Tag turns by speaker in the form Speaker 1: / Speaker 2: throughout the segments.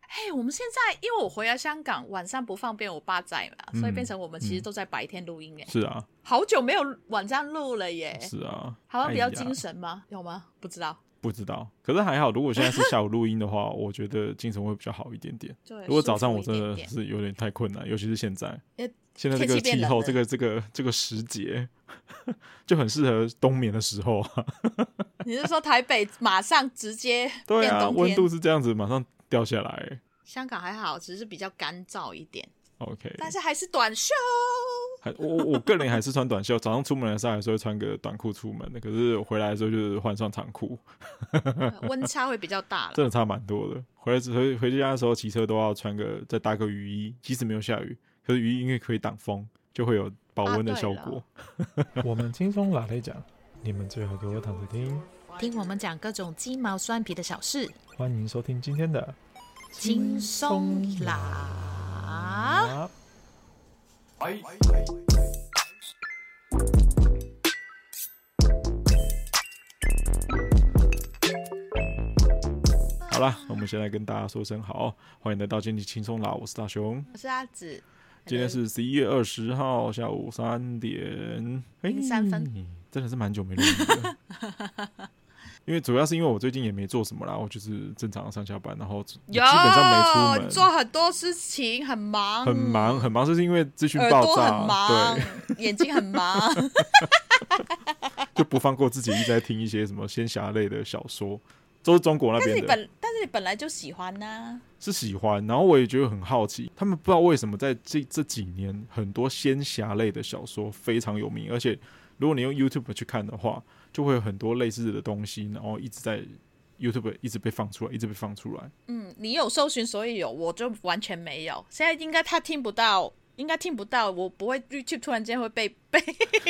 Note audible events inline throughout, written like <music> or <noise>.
Speaker 1: 哎我们现在因为我回来香港晚上不方便，我爸在嘛，所以
Speaker 2: 嗯
Speaker 1: 变成我们其实都在白天录音哎、
Speaker 2: 是啊，
Speaker 1: 好久没有晚上录了耶，
Speaker 2: 是啊，
Speaker 1: 好像比
Speaker 2: 哎
Speaker 1: 较
Speaker 2: 呀
Speaker 1: 精神吗？有吗？不知道。
Speaker 2: 不知道，可是还好，如果现在是下午录音的话，我觉得精神会比较好一点点。
Speaker 1: 对，
Speaker 2: 如果早
Speaker 1: 舒
Speaker 2: 上
Speaker 1: 服一
Speaker 2: 我真
Speaker 1: 点
Speaker 2: 的
Speaker 1: 点
Speaker 2: 是有点太困难，尤其是现在
Speaker 1: 因为，
Speaker 2: 现在这
Speaker 1: 天
Speaker 2: 个
Speaker 1: 气变
Speaker 2: 气
Speaker 1: 冷
Speaker 2: 候，
Speaker 1: 了
Speaker 2: 这个这个这个时节， <laughs> 就很适合冬眠的时候啊。 <laughs>
Speaker 1: 你是说台北马上直接
Speaker 2: 对
Speaker 1: 变
Speaker 2: 啊，
Speaker 1: 冬
Speaker 2: 温
Speaker 1: 天？
Speaker 2: 度是这样子，马上掉下来。
Speaker 1: 香港还好，只是比较干燥一点，
Speaker 2: OK，
Speaker 1: 但是还是短袖。
Speaker 2: 还我我我个人还是穿短袖，早上出门的时候还是会穿个短裤出门的，可是回来的时候就是换上长裤，
Speaker 1: 温差会比较大
Speaker 2: <laughs>
Speaker 1: 了。
Speaker 2: 真的差蛮多的。回来之回回家的时候骑车都要穿个再搭个雨衣，即使没有下雨，可是雨衣因为可以挡风，就会有保
Speaker 1: 啊
Speaker 2: 温的
Speaker 1: 对
Speaker 2: 效
Speaker 1: 了
Speaker 2: 果。
Speaker 3: <laughs> 我们轻松拿来讲，你们最好给我躺着听。
Speaker 1: 听我们讲各种鸡毛蒜皮的小事，
Speaker 3: 欢迎收听今天的
Speaker 1: 轻松啦。
Speaker 3: 啊，
Speaker 2: 好啦，我们先来跟大家说声好，哦欢迎来到今天轻松啦，我是大雄。
Speaker 1: 我是阿紫，
Speaker 2: 今天是十一月二十号下午三点
Speaker 1: 零三分
Speaker 2: 嘿真的是蛮久没录音了。 <laughs> 因为主要是因为我最近也没做什么啦，我就是正常上下班，然后基
Speaker 1: 有
Speaker 2: 本上没出门，
Speaker 1: 做很多事情，很忙，
Speaker 2: 很忙很忙，就是因为资讯
Speaker 1: 耳
Speaker 2: 爆
Speaker 1: 朵很
Speaker 2: 炸，
Speaker 1: 忙
Speaker 2: 对，，
Speaker 1: 眼睛很忙，
Speaker 2: 就不放过自己一直在听一些什么仙侠类的小说，都是中国 <laughs> 那
Speaker 1: 但是你
Speaker 2: 边的，
Speaker 1: 本但是你本来就喜欢呐、
Speaker 2: 是喜欢。然后我也觉得很好奇，他们不知道为什么在这这几年很多仙侠类的小说非常有名，而且如果你用 YouTube 去看的话，就会有很多类似的东西，然后一直在 YouTube 一直被放出来，一直被放出来。
Speaker 1: 嗯，你有搜寻，所以有，我就完全没有。现在应该他听不到，应该听不到，我不会 YouTube 突然间会被 <laughs> 被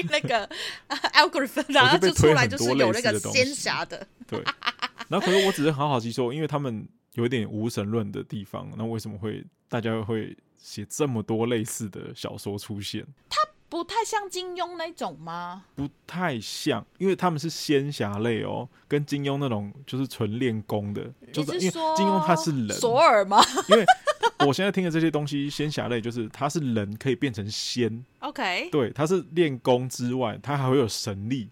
Speaker 1: 那个、啊 algorithm，然后
Speaker 2: 被
Speaker 1: 就
Speaker 2: 推
Speaker 1: 出来
Speaker 2: 很
Speaker 1: 就
Speaker 2: 多
Speaker 1: 是有那
Speaker 2: 类
Speaker 1: 个
Speaker 2: 似的东西
Speaker 1: 仙侠的，
Speaker 2: 对， <laughs> 然后可是我只是很好奇说，因为他们有点无神论的地方，那为什么会大家会写这么多类似的小说出现？
Speaker 1: 不太像金庸那种吗？
Speaker 2: 不太像，因为他们是仙侠类哦，跟金庸那种就是纯练功的，就是
Speaker 1: 你
Speaker 2: 因为
Speaker 1: 说
Speaker 2: 金庸他是人，
Speaker 1: <laughs> 索尔吗
Speaker 2: 因为我现在听的这些东西，仙侠类就是他是人可以变成仙，
Speaker 1: ？OK，
Speaker 2: 对，他是练功之外，他还会有神力，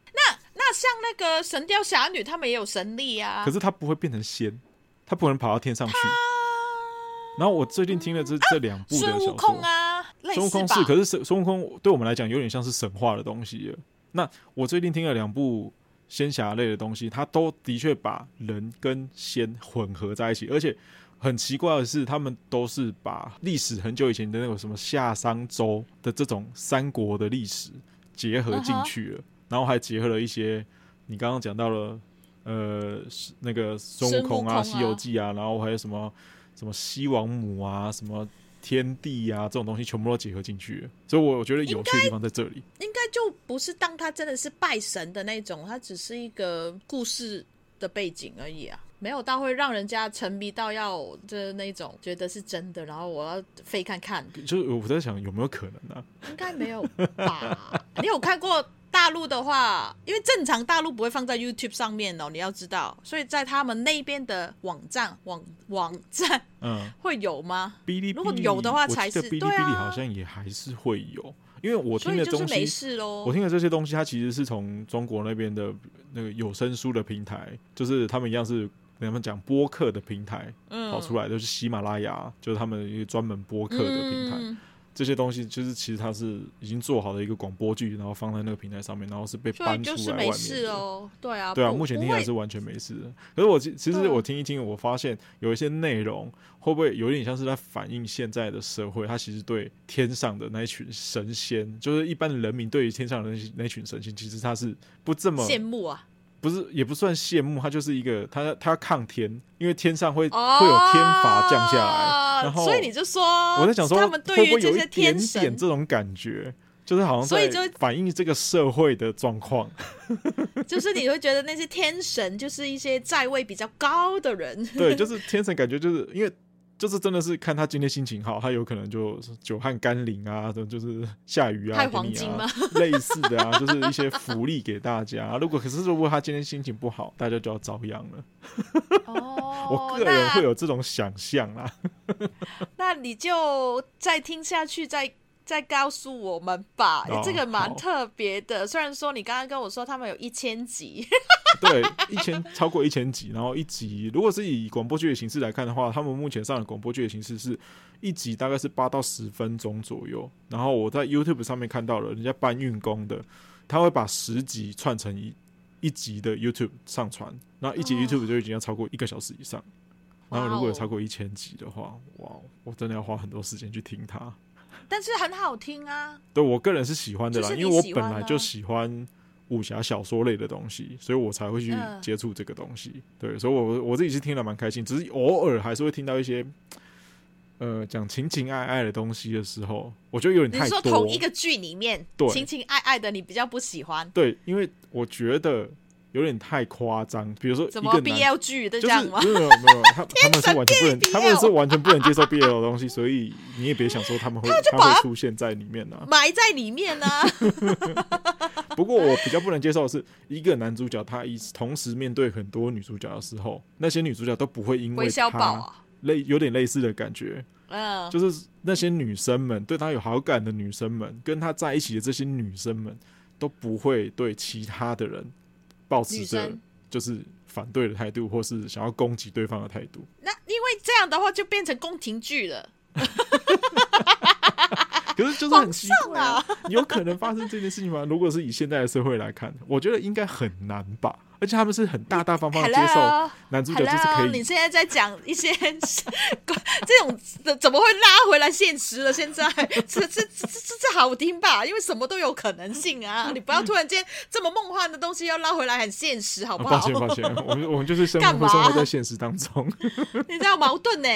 Speaker 1: 那像那个《神雕侠侣》，他们也有神力啊。
Speaker 2: 可
Speaker 1: 是
Speaker 2: 是他不会变成仙，他不能跑到天上去。然后我最近听了这、这两部的
Speaker 1: 孙
Speaker 2: 小
Speaker 1: 悟
Speaker 2: 说，
Speaker 1: 空啊，类
Speaker 2: 孙悟
Speaker 1: 似
Speaker 2: 空
Speaker 1: 吧？
Speaker 2: 是，可是孙孙悟空对我们来讲有点像是神话的东西了。啊那我最近听了两部仙侠类的东西，它都的确把人跟仙混合在一起，而且很奇怪的是，他们都是把历史很久以前的那种什么夏商周的这种三国的历史结合
Speaker 1: 嗯
Speaker 2: 进去了，然后还结合了一些你刚刚讲到了。呃，是那个孙悟空
Speaker 1: 孙悟空
Speaker 2: 啊，
Speaker 1: 啊
Speaker 2: 西游记》啊，然后还有什么什么西王母啊，什么天地啊，这种东西全部都结合进去了，所以我我觉得有趣的地方在这里。
Speaker 1: 应该就不是当他真的是拜神的那种，他只是一个故事的背景而已啊，没有到会让人家沉迷到要就是那种觉得是真的，然后我要非看看，
Speaker 2: 就是我在想有没有可能啊？
Speaker 1: 应该没有
Speaker 2: <laughs>
Speaker 1: 吧？你有看过？大陆的话，因为正常大陆不会放在 YouTube 上面哦，你要知道，所以在他们那边的网站网网站
Speaker 2: 嗯，
Speaker 1: 会有吗？
Speaker 2: 哔哩哔哩
Speaker 1: 如果有的话才是
Speaker 2: 我记得哔
Speaker 1: 对
Speaker 2: 哩哔哩
Speaker 1: 啊
Speaker 2: 好像也还是会有，因为我
Speaker 1: 所
Speaker 2: 听
Speaker 1: 以
Speaker 2: 的
Speaker 1: 就是
Speaker 2: 东
Speaker 1: 没
Speaker 2: 西，
Speaker 1: 事喽。
Speaker 2: 我听的这些东西，它其实是从中国那边的那个有声书的平台，就是他们一样是。他们讲播客的平台
Speaker 1: 嗯
Speaker 2: 跑出来，就是喜马拉雅，就是他们一个专门播客的平台。
Speaker 1: 嗯
Speaker 2: 这些东西就是其实它是已经做好的一个广播剧，然后放在那个平台上面，然后是被
Speaker 1: 所以
Speaker 2: 搬
Speaker 1: 就
Speaker 2: 出
Speaker 1: 是
Speaker 2: 来外
Speaker 1: 没
Speaker 2: 面
Speaker 1: 事
Speaker 2: 的。
Speaker 1: 哦，对啊，
Speaker 2: 对啊，
Speaker 1: 不
Speaker 2: 目前
Speaker 1: 不
Speaker 2: 听起来
Speaker 1: 会
Speaker 2: 是完全没事的。可是我其其
Speaker 1: 对
Speaker 2: 实
Speaker 1: 啊
Speaker 2: 我听一听，我发现有一些内容会不会有点像是在反映现在的社会？它其实对天上的那一群神仙，就是一般的人民对于天上的那些那群神仙，其实他是不这么
Speaker 1: 羡慕啊，
Speaker 2: 不是也不算羡慕，他就是一个他他要抗天，因为天上会、
Speaker 1: 哦，
Speaker 2: 会有天罚降下来，然后
Speaker 1: 所以你就说，
Speaker 2: 我在想说，
Speaker 1: 他们对
Speaker 2: 会不
Speaker 1: 于
Speaker 2: 会有
Speaker 1: 这
Speaker 2: 一
Speaker 1: 些
Speaker 2: 点
Speaker 1: 天
Speaker 2: 点
Speaker 1: 神，
Speaker 2: 这种感觉，就是好像
Speaker 1: 所以
Speaker 2: 在
Speaker 1: 就
Speaker 2: 反映这个社会的状
Speaker 1: <laughs>
Speaker 2: 况。
Speaker 1: 就是你会觉得那些天神就是一些在位比较高的人，
Speaker 2: 对，就是天神感觉就是因为就是真的是看他今天心情好，他有可能就是久旱甘霖啊，就是下雨啊，
Speaker 1: 太
Speaker 2: 给你
Speaker 1: 黄金
Speaker 2: 啊
Speaker 1: 吗
Speaker 2: <laughs> 类似的啊，就是一些福利给大家。啊如果可是如果他今天心情不好，大家就要遭殃了。
Speaker 1: 哦
Speaker 2: 我个人会有这种想象啦。
Speaker 1: 那你就再听下去，再再告诉我们吧。
Speaker 2: 哦
Speaker 1: 这个蛮
Speaker 2: 好
Speaker 1: 特别的，虽然说你刚刚跟我说他们有一千集， <laughs>
Speaker 2: 对，一千超过一千集，然后一集如果是以广播剧的形式来看的话，他们目前上的广播剧的形式是一集大概是八到十分钟左右。然后我在 YouTube 上面看到了人家搬运工的，他会把十集串成一一集的 YouTube 上传，那一集
Speaker 1: 哦
Speaker 2: YouTube 就已经要超过一个小时以上。然后如果有超
Speaker 1: 哇哦
Speaker 2: 过一千集的话，哇哦，我真的要花很多时间去听它。
Speaker 1: 但是很好听啊。
Speaker 2: 对我个人是喜欢的啦，
Speaker 1: 就是你
Speaker 2: 因为我
Speaker 1: 喜
Speaker 2: 本
Speaker 1: 欢
Speaker 2: 来
Speaker 1: 啊
Speaker 2: 就喜欢武侠小说类的东西，所以我才会去
Speaker 1: 嗯
Speaker 2: 接触这个东西。对，所以我我自己是听了蛮开心，只是偶尔还是会听到一些，呃，讲情情爱爱的东西的时候，我觉得有点
Speaker 1: 你
Speaker 2: 太
Speaker 1: 说
Speaker 2: 多。
Speaker 1: 同一个剧里面
Speaker 2: 对
Speaker 1: 情情爱爱的，你比较不喜欢，
Speaker 2: 对，因为我觉得有点太夸张。比如说
Speaker 1: 怎
Speaker 2: 一
Speaker 1: 么
Speaker 2: 个男
Speaker 1: BL 剧的
Speaker 2: 就
Speaker 1: 这
Speaker 2: 是
Speaker 1: 样
Speaker 2: 没
Speaker 1: 吗？
Speaker 2: 有没有没有，他他们是完全不能，
Speaker 1: 地 BL
Speaker 2: 他们是完全不能接受 BL 的东西，所以你也别想说他们会他
Speaker 1: 把它
Speaker 2: 会出现在里面呢、啊
Speaker 1: 埋在里面呢、
Speaker 2: 不过我比较不能接受的是，一个男主角他一同时面对很多女主角的时候，那些女主角都不会因为
Speaker 1: 韦小宝
Speaker 2: 他
Speaker 1: 啊，
Speaker 2: 类有点类似的感觉，
Speaker 1: 嗯，
Speaker 2: 就是那些女生们对他有好感的女生们，跟他在一起的这些女生们都不会对其他的人保持
Speaker 1: 女
Speaker 2: 着
Speaker 1: 生
Speaker 2: 就是反对的态度，或是想要攻击对方的态度。
Speaker 1: <laughs> 那因为这样的话就变成宫廷剧了。
Speaker 2: 可是就是很奇怪、啊，有可能发生这件事情吗？如果是以现在的社会来看，我觉得应该很难吧。而且他们是很大大方方地哦接受
Speaker 1: Hello，
Speaker 2: 男主角就是可
Speaker 1: Hello，
Speaker 2: 以
Speaker 1: 你现在在讲一些 <laughs> 这种怎怎么会拉回来现实了？现在这这这这这好听吧？因为什么都有可能性啊！你不要突然间这么梦幻的东西要拉回来很现实，好
Speaker 2: 啊
Speaker 1: 不
Speaker 2: 抱
Speaker 1: 好？
Speaker 2: 歉，抱歉，我们
Speaker 1: <laughs>
Speaker 2: 我们就是生
Speaker 1: 干
Speaker 2: 活
Speaker 1: 嘛
Speaker 2: 生活在现实当中。 <laughs>
Speaker 1: 你这样矛盾呢、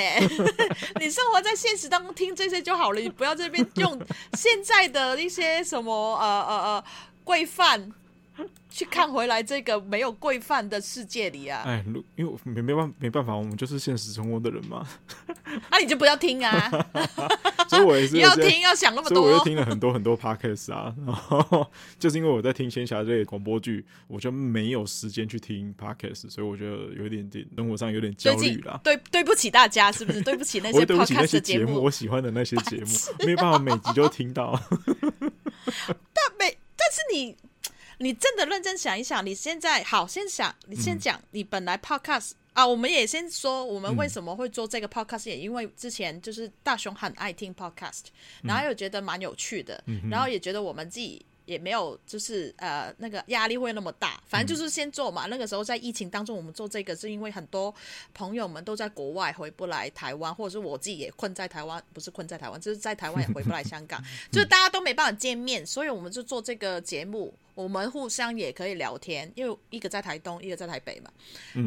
Speaker 1: <laughs> 你生活在现实当中听这些就好了，你不要这边用现在的一些什么呃呃呃规范去看回来这个没有规范的世界里啊！
Speaker 2: 哎，如因为我没没办没办法，我们就是现实生活的人
Speaker 1: <laughs>
Speaker 2: 嘛，
Speaker 1: 那、你就不要听
Speaker 2: <laughs>
Speaker 1: 啊，
Speaker 2: 所以我也是
Speaker 1: 你
Speaker 2: 有
Speaker 1: 要
Speaker 2: 些
Speaker 1: 听要想那么
Speaker 2: 所以我
Speaker 1: 多
Speaker 2: 就。听了很多很多 podcast 啊，然后 <laughs> 就是因为我在听仙侠类的广播剧，我就没有时间去听 podcast，所以我觉得有点点生活上有点焦
Speaker 1: 最近
Speaker 2: 虑啦。
Speaker 1: 对对不起大家，是不是？对不起那
Speaker 2: 我
Speaker 1: 些
Speaker 2: 会对不起那
Speaker 1: podcast
Speaker 2: 些
Speaker 1: 的
Speaker 2: 节目，
Speaker 1: 目
Speaker 2: 我，喜欢的那些节目，没有办法每集都
Speaker 1: <laughs>
Speaker 2: 听到。
Speaker 1: 但没，但是你你真的认真想一想，你现在好，先想你先讲，你本来 podcast 啊，我们也先说我们为什么会做这个 podcast，、也因为之前就是大雄很爱听 podcast，然后又觉得蛮有趣的，然后也觉得我们自己。也没有，就是呃，那个压力会那么大。反正就是先做嘛。那个时候在疫情当中，我们做这个是因为很多朋友们都在国外回不来台湾，或者是我自己也困在台湾，不是困在台湾，就是在台湾也回不来香港，就是大家都没办法见面，所以我们就做这个节目，我们互相也可以聊天，因为一个在台东，一个在台北嘛，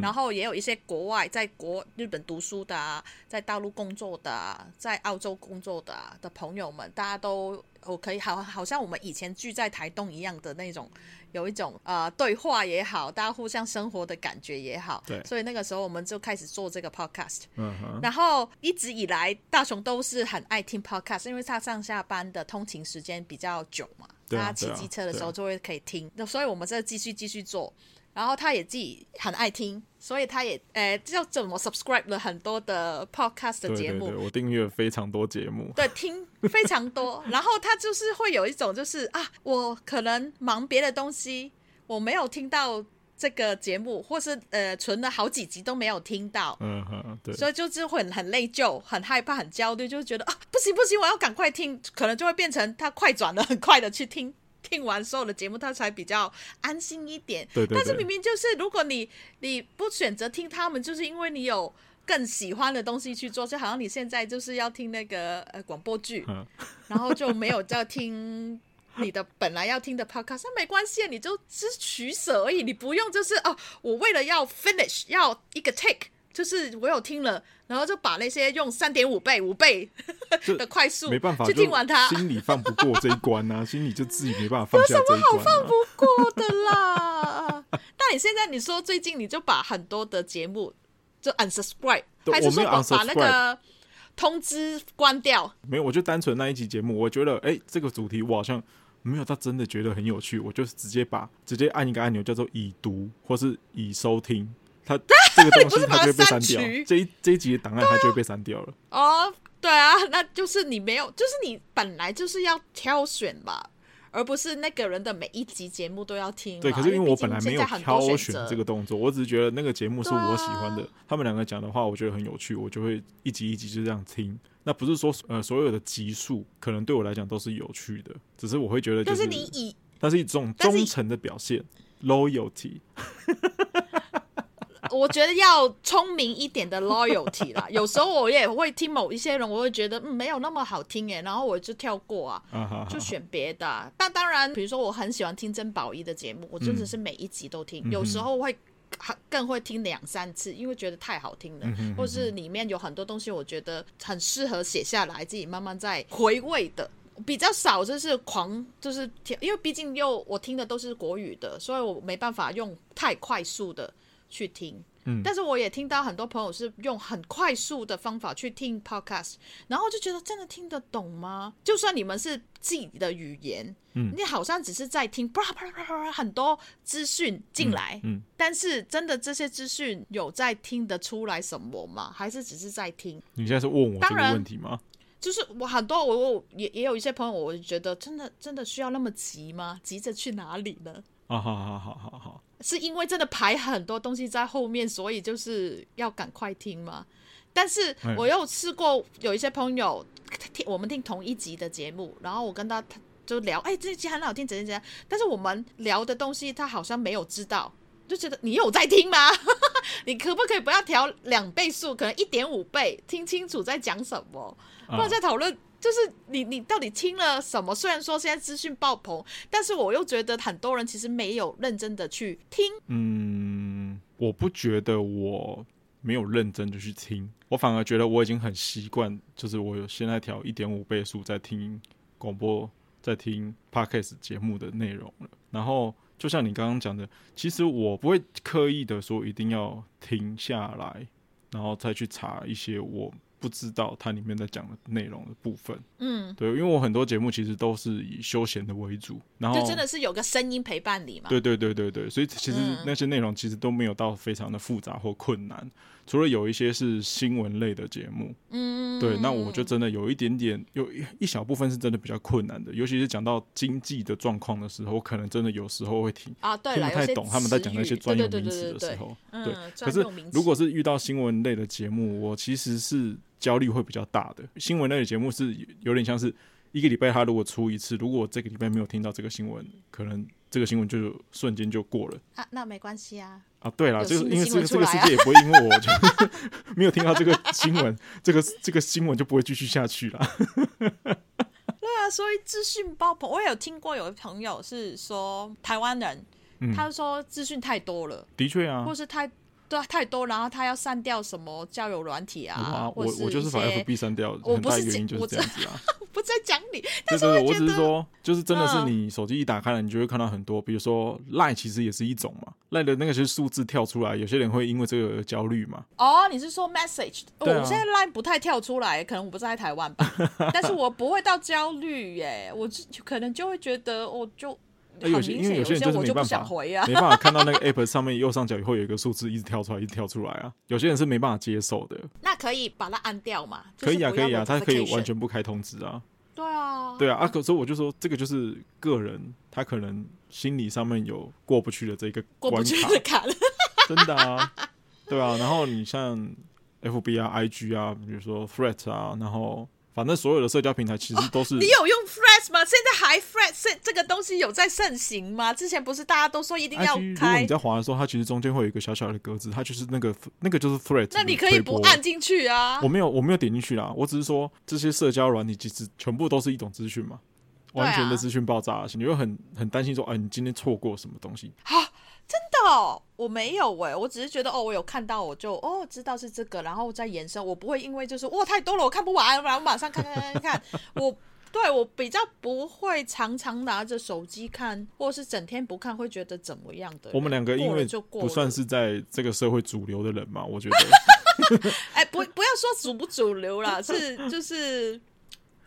Speaker 1: 然后也有一些国外在国日本读书的、啊，在大陆工作的、啊，在澳洲工作的、啊、的朋友们，大家都。我可以好，好像我们以前聚在台东一样的那种，有一种呃对话也好，大家互相生活的感觉也好，
Speaker 2: 对
Speaker 1: 所以那个时候我们就开始做这个 podcast，
Speaker 2: 嗯哼，
Speaker 1: 然后一直以来大雄都是很爱听 podcast，因为他上下班的通勤时间比较久嘛，
Speaker 2: 对啊
Speaker 1: 他骑
Speaker 2: 对啊
Speaker 1: 机车的
Speaker 2: 对啊
Speaker 1: 时候就会可以听，那所以我们这继续继续做，然后他也自己很爱听，所以他也呃就怎么 subscribe 了很多的 podcast 的
Speaker 2: 对
Speaker 1: 节
Speaker 2: 对
Speaker 1: 目，
Speaker 2: 对，我订阅了非常多节目。
Speaker 1: 对，听非常多。 <laughs> 然后他就是会有一种，就是啊，我可能忙别的东西，我没有听到这个节目，或是呃存了好几集都没有听到，
Speaker 2: 嗯哼，对，
Speaker 1: 所以就是会很很内疚、很害怕、很焦虑，就觉得啊，不行不行，我要赶快听，可能就会变成他快转了，很快的去听。听完所有的节目，他才比较安心一点。
Speaker 2: 对对
Speaker 1: 但是
Speaker 2: 对
Speaker 1: 明明就是，如果你你不选择听他们，就是因为你有更喜欢的东西去做，就好像你现在就是要听那个呃广播剧，
Speaker 2: 嗯，
Speaker 1: 然后就没有在听你的本来要听的 podcast，那没关系，你就只是取舍而已，你不用就是哦，我为了要 finish 要一个 take，就是我有听了，然后就把那些用三点五倍、五倍 <laughs>
Speaker 2: 就
Speaker 1: 的快速
Speaker 2: 没办法，
Speaker 1: 去
Speaker 2: 就
Speaker 1: 听完它，
Speaker 2: 心里放不过这一关
Speaker 1: <laughs>
Speaker 2: 啊，心里就自己没办法放下这一关、啊。
Speaker 1: 不过的啦。 <laughs> 那你现在你说最近你就把很多的节目就 unsubscribe，
Speaker 2: 对
Speaker 1: 还是
Speaker 2: 我没
Speaker 1: 说
Speaker 2: 有
Speaker 1: 把把那个通知关掉。
Speaker 2: 没有，我就单纯那一集节目，我觉得哎、诶这个主题我好像没有到真的觉得很有趣，我就直接把直接按一个按钮叫做已读或是已收听，
Speaker 1: <laughs>
Speaker 2: 它这个东
Speaker 1: 不
Speaker 2: 西
Speaker 1: 是把它
Speaker 2: 它就会被删
Speaker 1: 删
Speaker 2: 掉
Speaker 1: 除，
Speaker 2: 这一这一集的档案它就会被删掉了。
Speaker 1: 哦，对啊，那就是你没有，就是你本来就是要挑选吧，而不是那个人的每一集节目都要听吧。
Speaker 2: 对，可是因
Speaker 1: 啊因
Speaker 2: 为
Speaker 1: 为
Speaker 2: 我
Speaker 1: 毕竟
Speaker 2: 本来没
Speaker 1: 现
Speaker 2: 有
Speaker 1: 在很多
Speaker 2: 挑选
Speaker 1: 选择
Speaker 2: 这个动作，我只是觉得那个节目是
Speaker 1: 对啊
Speaker 2: 我喜欢的，他们两个讲的话我觉得很有趣，我就会一集一集就这样听。那不是说呃所有的集数可能对我来讲都是有趣的，只是我会觉得就
Speaker 1: 但
Speaker 2: 是
Speaker 1: 是你以
Speaker 2: 它是一种
Speaker 1: 但是
Speaker 2: 忠诚的表现，loyalty。
Speaker 1: 我觉得要聪明一点的 loyalty 啦。有时候我也会听某一些人，我会觉得嗯没有那么好听欸诶，然后我就跳过啊。
Speaker 2: 啊哈哈
Speaker 1: 就选别的啊、但当然，比如说我很喜欢听曾宝仪的节目，我真的是每一集都听，
Speaker 2: 嗯
Speaker 1: 有时候会还更会听两三次，因为觉得太好听了，
Speaker 2: 嗯哼
Speaker 1: 或是里面有很多东西我觉得很适合写下来，自己慢慢再回味的。比较少，就是狂，就是听因为毕竟又我听的都是国语的，所以我没办法用太快速的去听。
Speaker 2: 嗯
Speaker 1: 但是我也听到很多朋友是用很快速的方法去听 podcast，然后我就觉得真的听得懂吗？就算你们是自己的语言，
Speaker 2: 嗯
Speaker 1: 你好像只是在听啪啦啪啦啪啦啪啦很多资讯进来，
Speaker 2: 嗯嗯
Speaker 1: 但是真的这些资讯有在听得出来什么吗？还是只是在听？
Speaker 2: 你现在是问我这
Speaker 1: 当
Speaker 2: 个
Speaker 1: 然
Speaker 2: 问题吗？
Speaker 1: 就是我很多我我也也有一些朋友，我就觉得真的真的需要那么急吗？急着去哪里呢？
Speaker 2: 啊，好好好好好，
Speaker 1: 是因为真的排很多东西在后面，所以就是要赶快听吗？但是
Speaker 2: 嗯
Speaker 1: 我又试过有一些朋友听我们听同一集的节目，然后我跟他他就聊，哎、这集很好听，怎样怎样，但是我们聊的东西他好像没有知道，就觉得你有在听吗？ <laughs> 你可不可以不要调两倍速，可能一点五倍，听清楚在讲什么？
Speaker 2: 啊
Speaker 1: 不然在讨论，就是你你到底听了什么？虽然说现在资讯爆棚，但是我又觉得很多人其实没有认真的去听。
Speaker 2: 嗯，我不觉得我没有认真就去听，我反而觉得我已经很习惯，就是我有现在调一点五倍速在听广播，在听 podcast 节目的内容了。然后就像你刚刚讲的，其实我不会刻意的说一定要停下来，然后再去查一些我不知道它里面在讲的内容的部分。
Speaker 1: 嗯，
Speaker 2: 对，因为我很多节目其实都是以休闲的为主，然后
Speaker 1: 就真的是有个声音陪伴你嘛。
Speaker 2: 哦对对对对对，所以其实
Speaker 1: 嗯
Speaker 2: 那些内容其实都没有到非常的复杂或困难，除了有一些是新闻类的节目，
Speaker 1: 嗯，
Speaker 2: 对，那我就真的有一点点，有一一小部分是真的比较困难的，尤其是讲到经济的状况的时候，我可能真的有时候会听
Speaker 1: 啊，对
Speaker 2: 听
Speaker 1: 了，
Speaker 2: 不
Speaker 1: 有
Speaker 2: 太
Speaker 1: 些
Speaker 2: 懂他们在讲那
Speaker 1: 词
Speaker 2: 些
Speaker 1: 语
Speaker 2: 专有
Speaker 1: 对
Speaker 2: 名
Speaker 1: 对
Speaker 2: 词的时
Speaker 1: 对对
Speaker 2: 候，
Speaker 1: 对
Speaker 2: 对
Speaker 1: 嗯，专
Speaker 2: 可是
Speaker 1: 有名词嗯
Speaker 2: 如果是遇到新闻类的节目，我其实是焦虑会比较大的。新闻类的节目是有点像是一个礼拜，它如果出一次，如果我这个礼拜没有听到这个新闻，可能这个新闻就瞬间就过了。
Speaker 1: 啊，那没关系啊。
Speaker 2: 啊，对了，
Speaker 1: 有
Speaker 2: 这个
Speaker 1: 新的
Speaker 2: 因为
Speaker 1: 新
Speaker 2: 这
Speaker 1: 闻
Speaker 2: 个
Speaker 1: 出
Speaker 2: 这个
Speaker 1: 来
Speaker 2: 世
Speaker 1: 啊
Speaker 2: 界也不会因为我就 <laughs> 没有听到这个新闻，这个这个新闻就不会继续下去了。
Speaker 1: 对啊，所以资讯爆棚，我也有听过有位朋友是说台湾人，
Speaker 2: 嗯
Speaker 1: 他说资讯太多了，
Speaker 2: 的确啊
Speaker 1: 或，是太。对啊，太多，然后他要删掉什么交友软体啊
Speaker 2: 哇，
Speaker 1: 或
Speaker 2: 哦我我就是
Speaker 1: 一
Speaker 2: 把
Speaker 1: 些
Speaker 2: FB 删掉，
Speaker 1: 我
Speaker 2: 很
Speaker 1: 不
Speaker 2: 大
Speaker 1: 是
Speaker 2: 原因
Speaker 1: 进
Speaker 2: 就是
Speaker 1: 我
Speaker 2: 这
Speaker 1: 知
Speaker 2: 样子啊。
Speaker 1: <laughs> 不在讲理，
Speaker 2: 对
Speaker 1: 但是
Speaker 2: 对对，
Speaker 1: 我
Speaker 2: 我
Speaker 1: 觉
Speaker 2: 只是
Speaker 1: 得
Speaker 2: 说，就是真的是
Speaker 1: 嗯
Speaker 2: 你手机一打开来，你就会看到很多，比如说赖，其实也是一种嘛，赖的那个是数字跳出来，有些人会因为这个而焦虑嘛。
Speaker 1: 哦，你是说 message？、哦
Speaker 2: 对啊
Speaker 1: 我现在 line 不太跳出来，可能我不在台湾
Speaker 2: <laughs>
Speaker 1: 吧，但是我不会到焦虑耶，我就可能就会觉得我就
Speaker 2: 那
Speaker 1: 很
Speaker 2: 呃有
Speaker 1: 明显，
Speaker 2: 些因为有些人就是
Speaker 1: 我
Speaker 2: 没
Speaker 1: 就不
Speaker 2: 办
Speaker 1: 想
Speaker 2: 法
Speaker 1: 回啊
Speaker 2: 没。办法看到那
Speaker 1: <laughs>
Speaker 2: 个 app 上面右上角会有一个数字一直跳出来，一直跳出来啊。有些人是没办法接受的，
Speaker 1: 那可以把它按掉嘛？
Speaker 2: 可以啊，
Speaker 1: 就是
Speaker 2: 可
Speaker 1: 不要
Speaker 2: 以啊，他可以完
Speaker 1: notification
Speaker 2: 全不开通知啊。
Speaker 1: 对啊，
Speaker 2: 对啊，啊，可所以我就说，这个就是个人他可能心理上面有过不去的这个
Speaker 1: 过
Speaker 2: 关
Speaker 1: 不 <laughs>
Speaker 2: 卡，
Speaker 1: 去的坎。
Speaker 2: 真的啊，对啊。然后你像 F B 啊、I G 啊，比如说 Threat 啊，然后反正所有的社交平台其实都是、
Speaker 1: 哦你有用 Threads 吗？现在还 Threads 这这个东西有在盛行吗？之前不是大家都说一定
Speaker 2: I
Speaker 1: 要
Speaker 2: G。如果啊
Speaker 1: 开
Speaker 2: 你，在滑的时候，它其实中间会有一个小小的格子，它就是那个那个就是 Threat。
Speaker 1: 那你可以不按。进去啊
Speaker 2: 我。没有，我没有点进去啦。我只是说，这些社交软体其实全部都是一种资讯嘛，
Speaker 1: 对啊
Speaker 2: 完全的资讯爆炸，你会很很担心说，哎、你今天错过什么东西？
Speaker 1: 真的哦、我没有哎、我只是觉得哦，我有看到，我就哦知道是这个，然后我再延伸，我不会因为就是哇太多了，我看不完，然后马上看看看看看，我。对我比较不会常常拿着手机看，或是整天不看，会觉得怎么样的人？
Speaker 2: 我们两个因
Speaker 1: 过了
Speaker 2: 为
Speaker 1: 就过
Speaker 2: 不
Speaker 1: 了
Speaker 2: 算是在这个社会主流的人嘛，我觉得
Speaker 1: 哎，不，不要说主不主流啦，是就是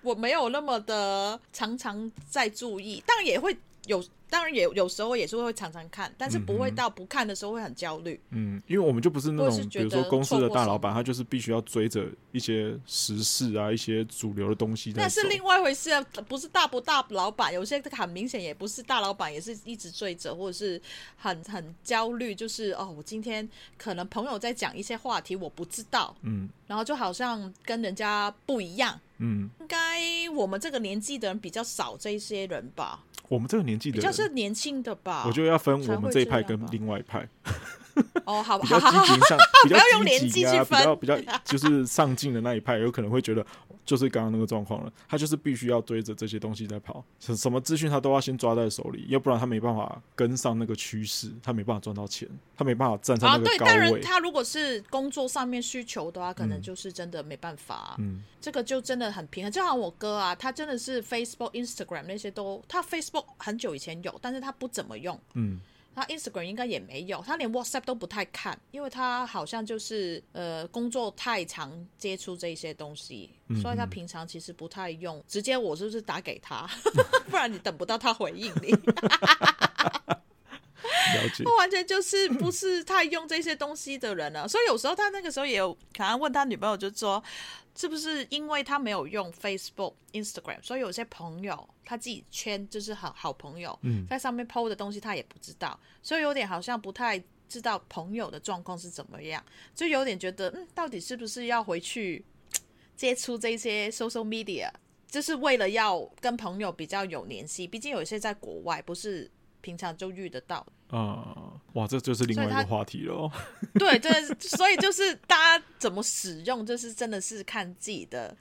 Speaker 1: 我没有那么的常常在注意，当然也会有，当然也有时候也是会常常看，但是不会
Speaker 2: 嗯哼
Speaker 1: 到不看的时候会很焦虑。
Speaker 2: 嗯，因为我们就不是那
Speaker 1: 或者是
Speaker 2: 种，比
Speaker 1: 觉
Speaker 2: 如说
Speaker 1: 得
Speaker 2: 公司
Speaker 1: 错
Speaker 2: 的
Speaker 1: 过
Speaker 2: 大
Speaker 1: 什
Speaker 2: 老
Speaker 1: 么
Speaker 2: 板，他就是必须要追着一些时事啊、一些主流的东西在
Speaker 1: 那是
Speaker 2: 走
Speaker 1: 另外一回事啊，不是大不大老板，有些很明显也不是大老板，也是一直追着，或者是很很焦虑，就是哦，我今天可能朋友在讲一些话题，我不知道，
Speaker 2: 嗯
Speaker 1: 然后就好像跟人家不一样。
Speaker 2: 嗯，
Speaker 1: 应该我们这个年纪的人比较少这一些人吧，
Speaker 2: 我们这个年纪的
Speaker 1: 比较
Speaker 2: 人，
Speaker 1: 是年轻的吧。
Speaker 2: 我觉得要分
Speaker 1: 才
Speaker 2: 我们
Speaker 1: 会
Speaker 2: 这一
Speaker 1: 这
Speaker 2: 派
Speaker 1: 样
Speaker 2: 跟
Speaker 1: 吧
Speaker 2: 另外一派，
Speaker 1: 哦，好吧，
Speaker 2: 比较
Speaker 1: 好好
Speaker 2: 积
Speaker 1: 好
Speaker 2: 极上，比较
Speaker 1: <laughs> 不要用年
Speaker 2: 积极
Speaker 1: 纪
Speaker 2: 啊，
Speaker 1: 去
Speaker 2: 比较比较就是上进的那一派，有可能会觉得就是刚刚那个状况了，他就是必须要追着这些东西在跑，什什么资讯他都要先抓在手里，要不然他没办法跟上那个趋势，他没办法赚到钱，他没办法站上
Speaker 1: 啊，
Speaker 2: 那个
Speaker 1: 对，
Speaker 2: 高
Speaker 1: 当然
Speaker 2: 位。
Speaker 1: 他如果是工作上面需求的话，可能
Speaker 2: 嗯
Speaker 1: 就是真的没办法啊、
Speaker 2: 嗯
Speaker 1: 这个就真的很平衡。就好像我哥啊，他真的是 Facebook、Instagram 那些都，他 Facebook 很久以前有，但是他不怎么用，
Speaker 2: 嗯
Speaker 1: 他 Instagram 应该也没有，他连 WhatsApp 都不太看，因为他好像就是呃工作太常接触这些东西，
Speaker 2: 嗯
Speaker 1: 所以他
Speaker 2: 嗯
Speaker 1: 平常其实不太用。直接我是不是打给他， <laughs> 不然你等不到他回应你。
Speaker 2: 了解。
Speaker 1: 他完全就是不是太用这些东西的人了，所以有时候他那个时候也有可能问他女朋友，就说是不是因为他没有用 Facebook、Instagram，所以有些朋友他自己圈就是好好朋友，
Speaker 2: 嗯
Speaker 1: 在上面 PO 的东西他也不知道，所以有点好像不太知道朋友的状况是怎么样，就有点觉得嗯，到底是不是要回去嘖接触这些 social media，就是为了要跟朋友比较有联系，毕竟有一些在国外不是平常就遇得到的
Speaker 2: 啊、哇，这就是另
Speaker 1: 所以
Speaker 2: 外一
Speaker 1: 他
Speaker 2: 个话题了、哦。
Speaker 1: 对，真的是，所以就是大家怎么使用，就是真的是看自己的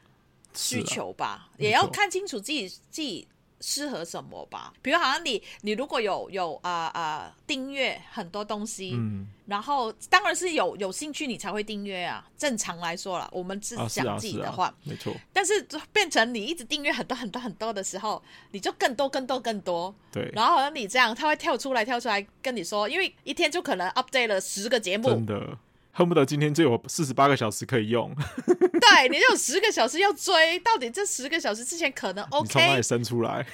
Speaker 2: 是
Speaker 1: 需
Speaker 2: 啊，
Speaker 1: 求吧，
Speaker 2: 没
Speaker 1: 也要
Speaker 2: 错
Speaker 1: 看清楚自己自己适合什么吧。比如好像你你如果有有啊啊、订阅很多东西，
Speaker 2: 嗯
Speaker 1: 然后当然是有有兴趣你才会订阅啊。正常来说啦，我们是
Speaker 2: 啊，是
Speaker 1: 讲
Speaker 2: 啊，
Speaker 1: 自己
Speaker 2: 是
Speaker 1: 的
Speaker 2: 啊，
Speaker 1: 话，
Speaker 2: 没错，
Speaker 1: 但是变成你一直订阅很多很多很多的时候，你就更多更多更多，
Speaker 2: 对，
Speaker 1: 然后好像你这样，它会跳出来跳出来跟你说，因为一天就可能 update 了十个节目，
Speaker 2: 真的恨不得今天就有四十八个小时可以用，
Speaker 1: 对，你有十个小时要追，到底这十个小时之前可能
Speaker 2: 你从哪
Speaker 1: OK，
Speaker 2: 里生出来？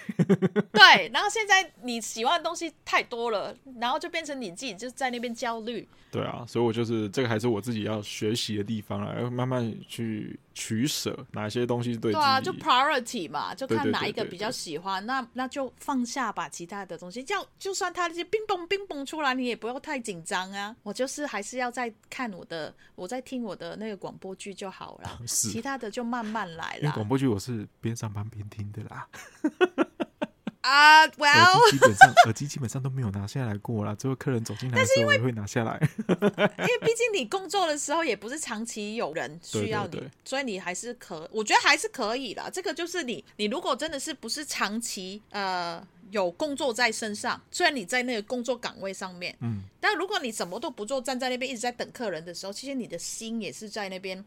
Speaker 1: 对，然后现在你喜欢的东西太多了，然后就变成你自己就在那边焦虑。
Speaker 2: 对啊，所以我就是这个还是我自己要学习的地方啊，要慢慢去取舍哪些东西
Speaker 1: 对
Speaker 2: 对自
Speaker 1: 啊，
Speaker 2: 己。
Speaker 1: 就 priority 嘛，就
Speaker 2: 对
Speaker 1: 看
Speaker 2: 对
Speaker 1: 哪
Speaker 2: 对
Speaker 1: 一个
Speaker 2: 对
Speaker 1: 比较
Speaker 2: 对
Speaker 1: 喜欢，那那就放下吧，其他的东西。要就算它这些冰蹦冰蹦出来，你也不要太紧张啊。我就是还是要在看我的，我在听我的那个广播剧就好了，
Speaker 2: 哦是
Speaker 1: 其他的就慢慢来
Speaker 2: 因为
Speaker 1: 啦。
Speaker 2: 广播剧我是边上班边听的啦，
Speaker 1: 啊、w e l l
Speaker 2: 耳机基本上 <laughs> 耳机基本上都没有拿下来过啦，只有客人走进来的时候我也会拿下来。
Speaker 1: 因为毕竟你工作的时候也不是长期有人需要你，
Speaker 2: 对对对
Speaker 1: 所以你还是可，我觉得还是可以啦。这个就是你，你如果真的是不是长期呃有工作在身上，虽然你在那个工作岗位上面，
Speaker 2: 嗯，
Speaker 1: 但如果你什么都不做，站在那边一直在等客人的时候，其实你的心也是在那边，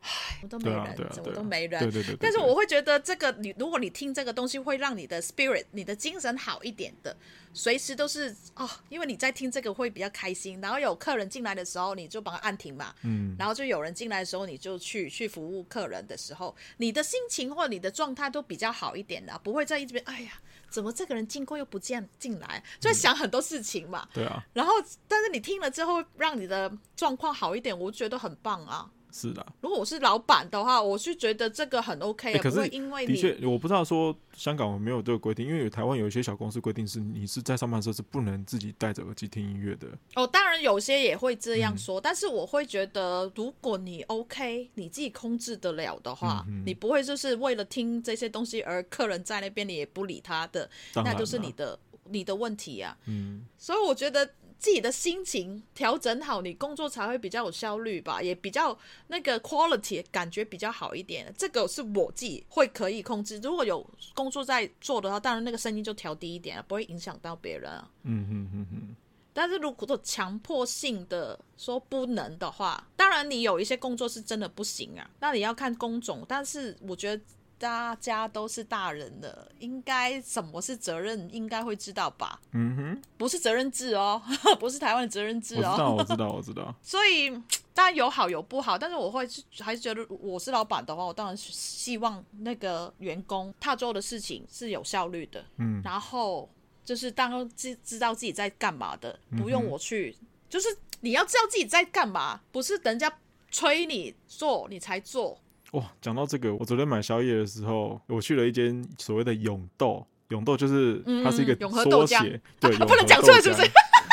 Speaker 1: 唉，我都没
Speaker 2: 对
Speaker 1: 人，
Speaker 2: 啊，对啊，
Speaker 1: 怎么
Speaker 2: 对
Speaker 1: 都
Speaker 2: 啊，
Speaker 1: 没人，
Speaker 2: 对对对对
Speaker 1: 但是
Speaker 2: 对
Speaker 1: 我会觉得这个你，如果你听这个东西，会让你的 spirit，你的精神好一点的，随时都是哦，因为你在听这个会比较开心。然后有客人进来的时候，你就把它按停嘛，
Speaker 2: 嗯，
Speaker 1: 然后就有人进来的时候，你就去去服务客人的时候，你的心情或你的状态都比较好一点的，不会在一直边哎呀，怎么这个人经过又不见进来，就会想很多事情嘛。
Speaker 2: 对啊，
Speaker 1: 然后，但是你听了之后，让你的状况好一点，我觉得很棒啊。
Speaker 2: 是的。
Speaker 1: 如果我是老板的话，我是觉得这个很 OK，、
Speaker 2: 欸
Speaker 1: 啊，
Speaker 2: 可
Speaker 1: 不
Speaker 2: 是
Speaker 1: 会因为
Speaker 2: 的
Speaker 1: 你
Speaker 2: 确，我不知道说香港有没有这个规定，因为有台湾有一些小公司规定是你是在上班的时候是不能自己戴着耳机听音乐的。
Speaker 1: 哦，当然有些也会这
Speaker 2: 嗯
Speaker 1: 样说，但是我会觉得，如果你 OK，你自己控制得了的话，
Speaker 2: 嗯哼
Speaker 1: 你不会就是为了听这些东西而客人在那边你也不理他的，
Speaker 2: 当然
Speaker 1: 那就是
Speaker 2: 啦
Speaker 1: 你的你的问题啊。
Speaker 2: 嗯，
Speaker 1: 所以我觉得自己的心情调整好，你工作才会比较有效率吧，也比较那个 quality 感觉比较好一点。这个是我自己会可以控制。如果有工作在做的话，当然那个声音就调低一点啊，不会影响到别人啊。
Speaker 2: 嗯哼哼哼，
Speaker 1: 但是如果做强迫性的说不能啊的话，当然你有一些工作是真的不行啊，那你要看工种。但是我觉得大家都是大人了，应该什么是责任，应该会知道吧？
Speaker 2: 嗯哼，
Speaker 1: 不是责任制哦， <laughs> 不是台湾的责任
Speaker 2: 我
Speaker 1: 制
Speaker 2: 知
Speaker 1: 哦。 <laughs>
Speaker 2: 道，我知道，我知道。
Speaker 1: 所以当然有好有不好，但是我会是还是觉得我是老板的话，我当然是希望那个员工他做的事情是有效率的，
Speaker 2: 嗯
Speaker 1: 然后就是当知知道自己在干嘛的，
Speaker 2: 嗯
Speaker 1: 不用我去，就是你要知道自己在干嘛，不是人家催你做你才做。
Speaker 2: 哇，讲到这个，我昨天买宵夜的时候，我去了一间所谓的永豆，永豆就是
Speaker 1: 嗯
Speaker 2: 它是一个
Speaker 1: 永和
Speaker 2: 缩
Speaker 1: 豆
Speaker 2: 写，
Speaker 1: 浆 <laughs>
Speaker 2: 对，
Speaker 1: 啊
Speaker 2: 永
Speaker 1: 不能
Speaker 2: 和
Speaker 1: 讲
Speaker 2: 豆
Speaker 1: 出来是不
Speaker 2: 浆
Speaker 1: 是？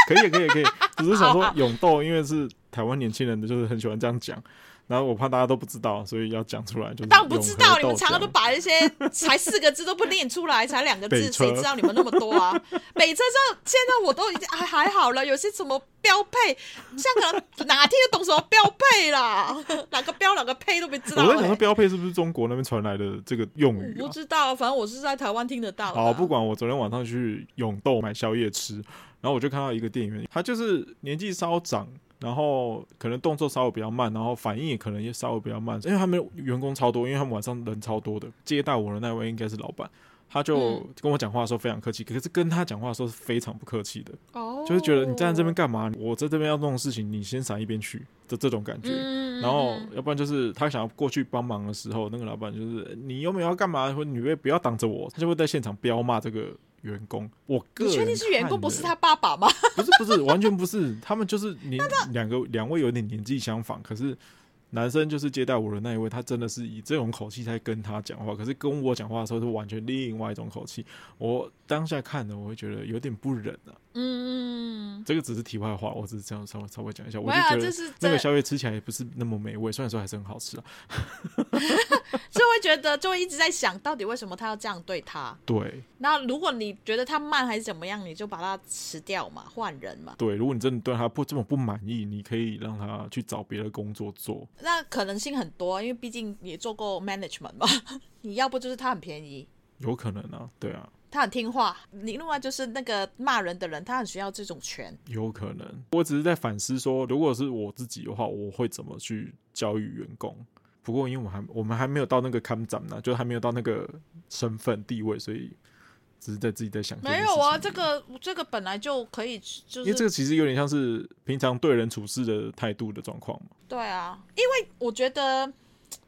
Speaker 2: 可以，可
Speaker 1: <laughs>
Speaker 2: 以，可以，只是想
Speaker 1: 好
Speaker 2: 说
Speaker 1: 好
Speaker 2: 永豆，因为是台湾年轻人的，就是很喜欢这样讲，然后我怕大家都不知道，所以要讲出来，就是
Speaker 1: 当然不知道，你们常
Speaker 2: 常
Speaker 1: 常都把一些才四个字都不念出来，才两个
Speaker 2: 北
Speaker 1: 字，
Speaker 2: 车
Speaker 1: 谁知道你们那么多
Speaker 2: <laughs>
Speaker 1: 啊？北车上现在我都已经还哎还好了，有些什么标配，香港哪听得懂什么标配啦？ <laughs> 哪个标哪个配都没知道、
Speaker 2: 我在想说
Speaker 1: 欸。
Speaker 2: 标配是不是中国那边传来的这个用
Speaker 1: 我
Speaker 2: 语
Speaker 1: 不
Speaker 2: 啊？
Speaker 1: 知道，反正我是在台湾听得到的啊。
Speaker 2: 好，哦不管我昨天晚上去永豆买宵夜吃，然后我就看到一个店员，他就是年纪稍长，然后可能动作稍微比较慢，然后反应也可能也稍微比较慢，因为他们员工超多，因为他们晚上人超多的。接待我的那位应该是老板，他就
Speaker 1: 嗯
Speaker 2: 跟我讲话的时候非常客气，可是跟他讲话的时候是非常不客气的，
Speaker 1: 哦，
Speaker 2: 就是觉得你站在这边干嘛？我在这边要弄的事情，你先闪一边去的这种感觉。
Speaker 1: 嗯，嗯，
Speaker 2: 然后
Speaker 1: 嗯，
Speaker 2: 要不然就是他想要过去帮忙的时候，那个老板就是你有没有要干嘛，或者你会不要挡着我，他就会在现场彪骂这个员工。我个
Speaker 1: 你
Speaker 2: 人
Speaker 1: 确定是员工
Speaker 2: 看
Speaker 1: 不是
Speaker 2: 的
Speaker 1: 他，爸爸吗？
Speaker 2: 不是不是，完全不是， <laughs> 他们就是年两个两位有点年纪相仿，可是男生就是接待我的那一位，他真的是以这种口气在跟他讲话，可是跟我讲话的时候是完全另外一种口气。我当下看的，我会觉得有点不忍啊。
Speaker 1: 嗯嗯，
Speaker 2: 这个只是题外话，我只是这样稍微稍微讲一下，我
Speaker 1: 没
Speaker 2: 就
Speaker 1: 有啊，
Speaker 2: 觉
Speaker 1: 这
Speaker 2: 得。
Speaker 1: 是
Speaker 2: 那
Speaker 1: 真
Speaker 2: 个
Speaker 1: 的，
Speaker 2: 宵夜吃起来也不是那么美味，虽然说还是很好吃啊。
Speaker 1: 就会觉得就会一直在想到底为什么他要这样对他。
Speaker 2: 对，
Speaker 1: 那如果你觉得它慢还是怎么样，你就把它辞掉嘛，换人嘛。
Speaker 2: 对，如果你真的对他不这么不满意，你可以让他去找别的工作做。
Speaker 1: 那可能性很多，因为毕竟也做过 management 嘛。 <laughs> 你要不就是他很便宜，
Speaker 2: 有可能啊，对啊，
Speaker 1: 他很听话；你另外就是那个骂人的人，他很需要这种权。
Speaker 2: 有可能。我只是在反思说，如果是我自己的话，我会怎么去教育员工？不过，因为我还我们还没有到那个看展呢，就还没有到那个身份地位，所以只是在自己在想。
Speaker 1: 没有啊，这，个这个本来就可以，就
Speaker 2: 因为这
Speaker 1: 是
Speaker 2: 个其实有点像是平常对人处事的态度的状况嘛。
Speaker 1: 对啊，因为我觉得。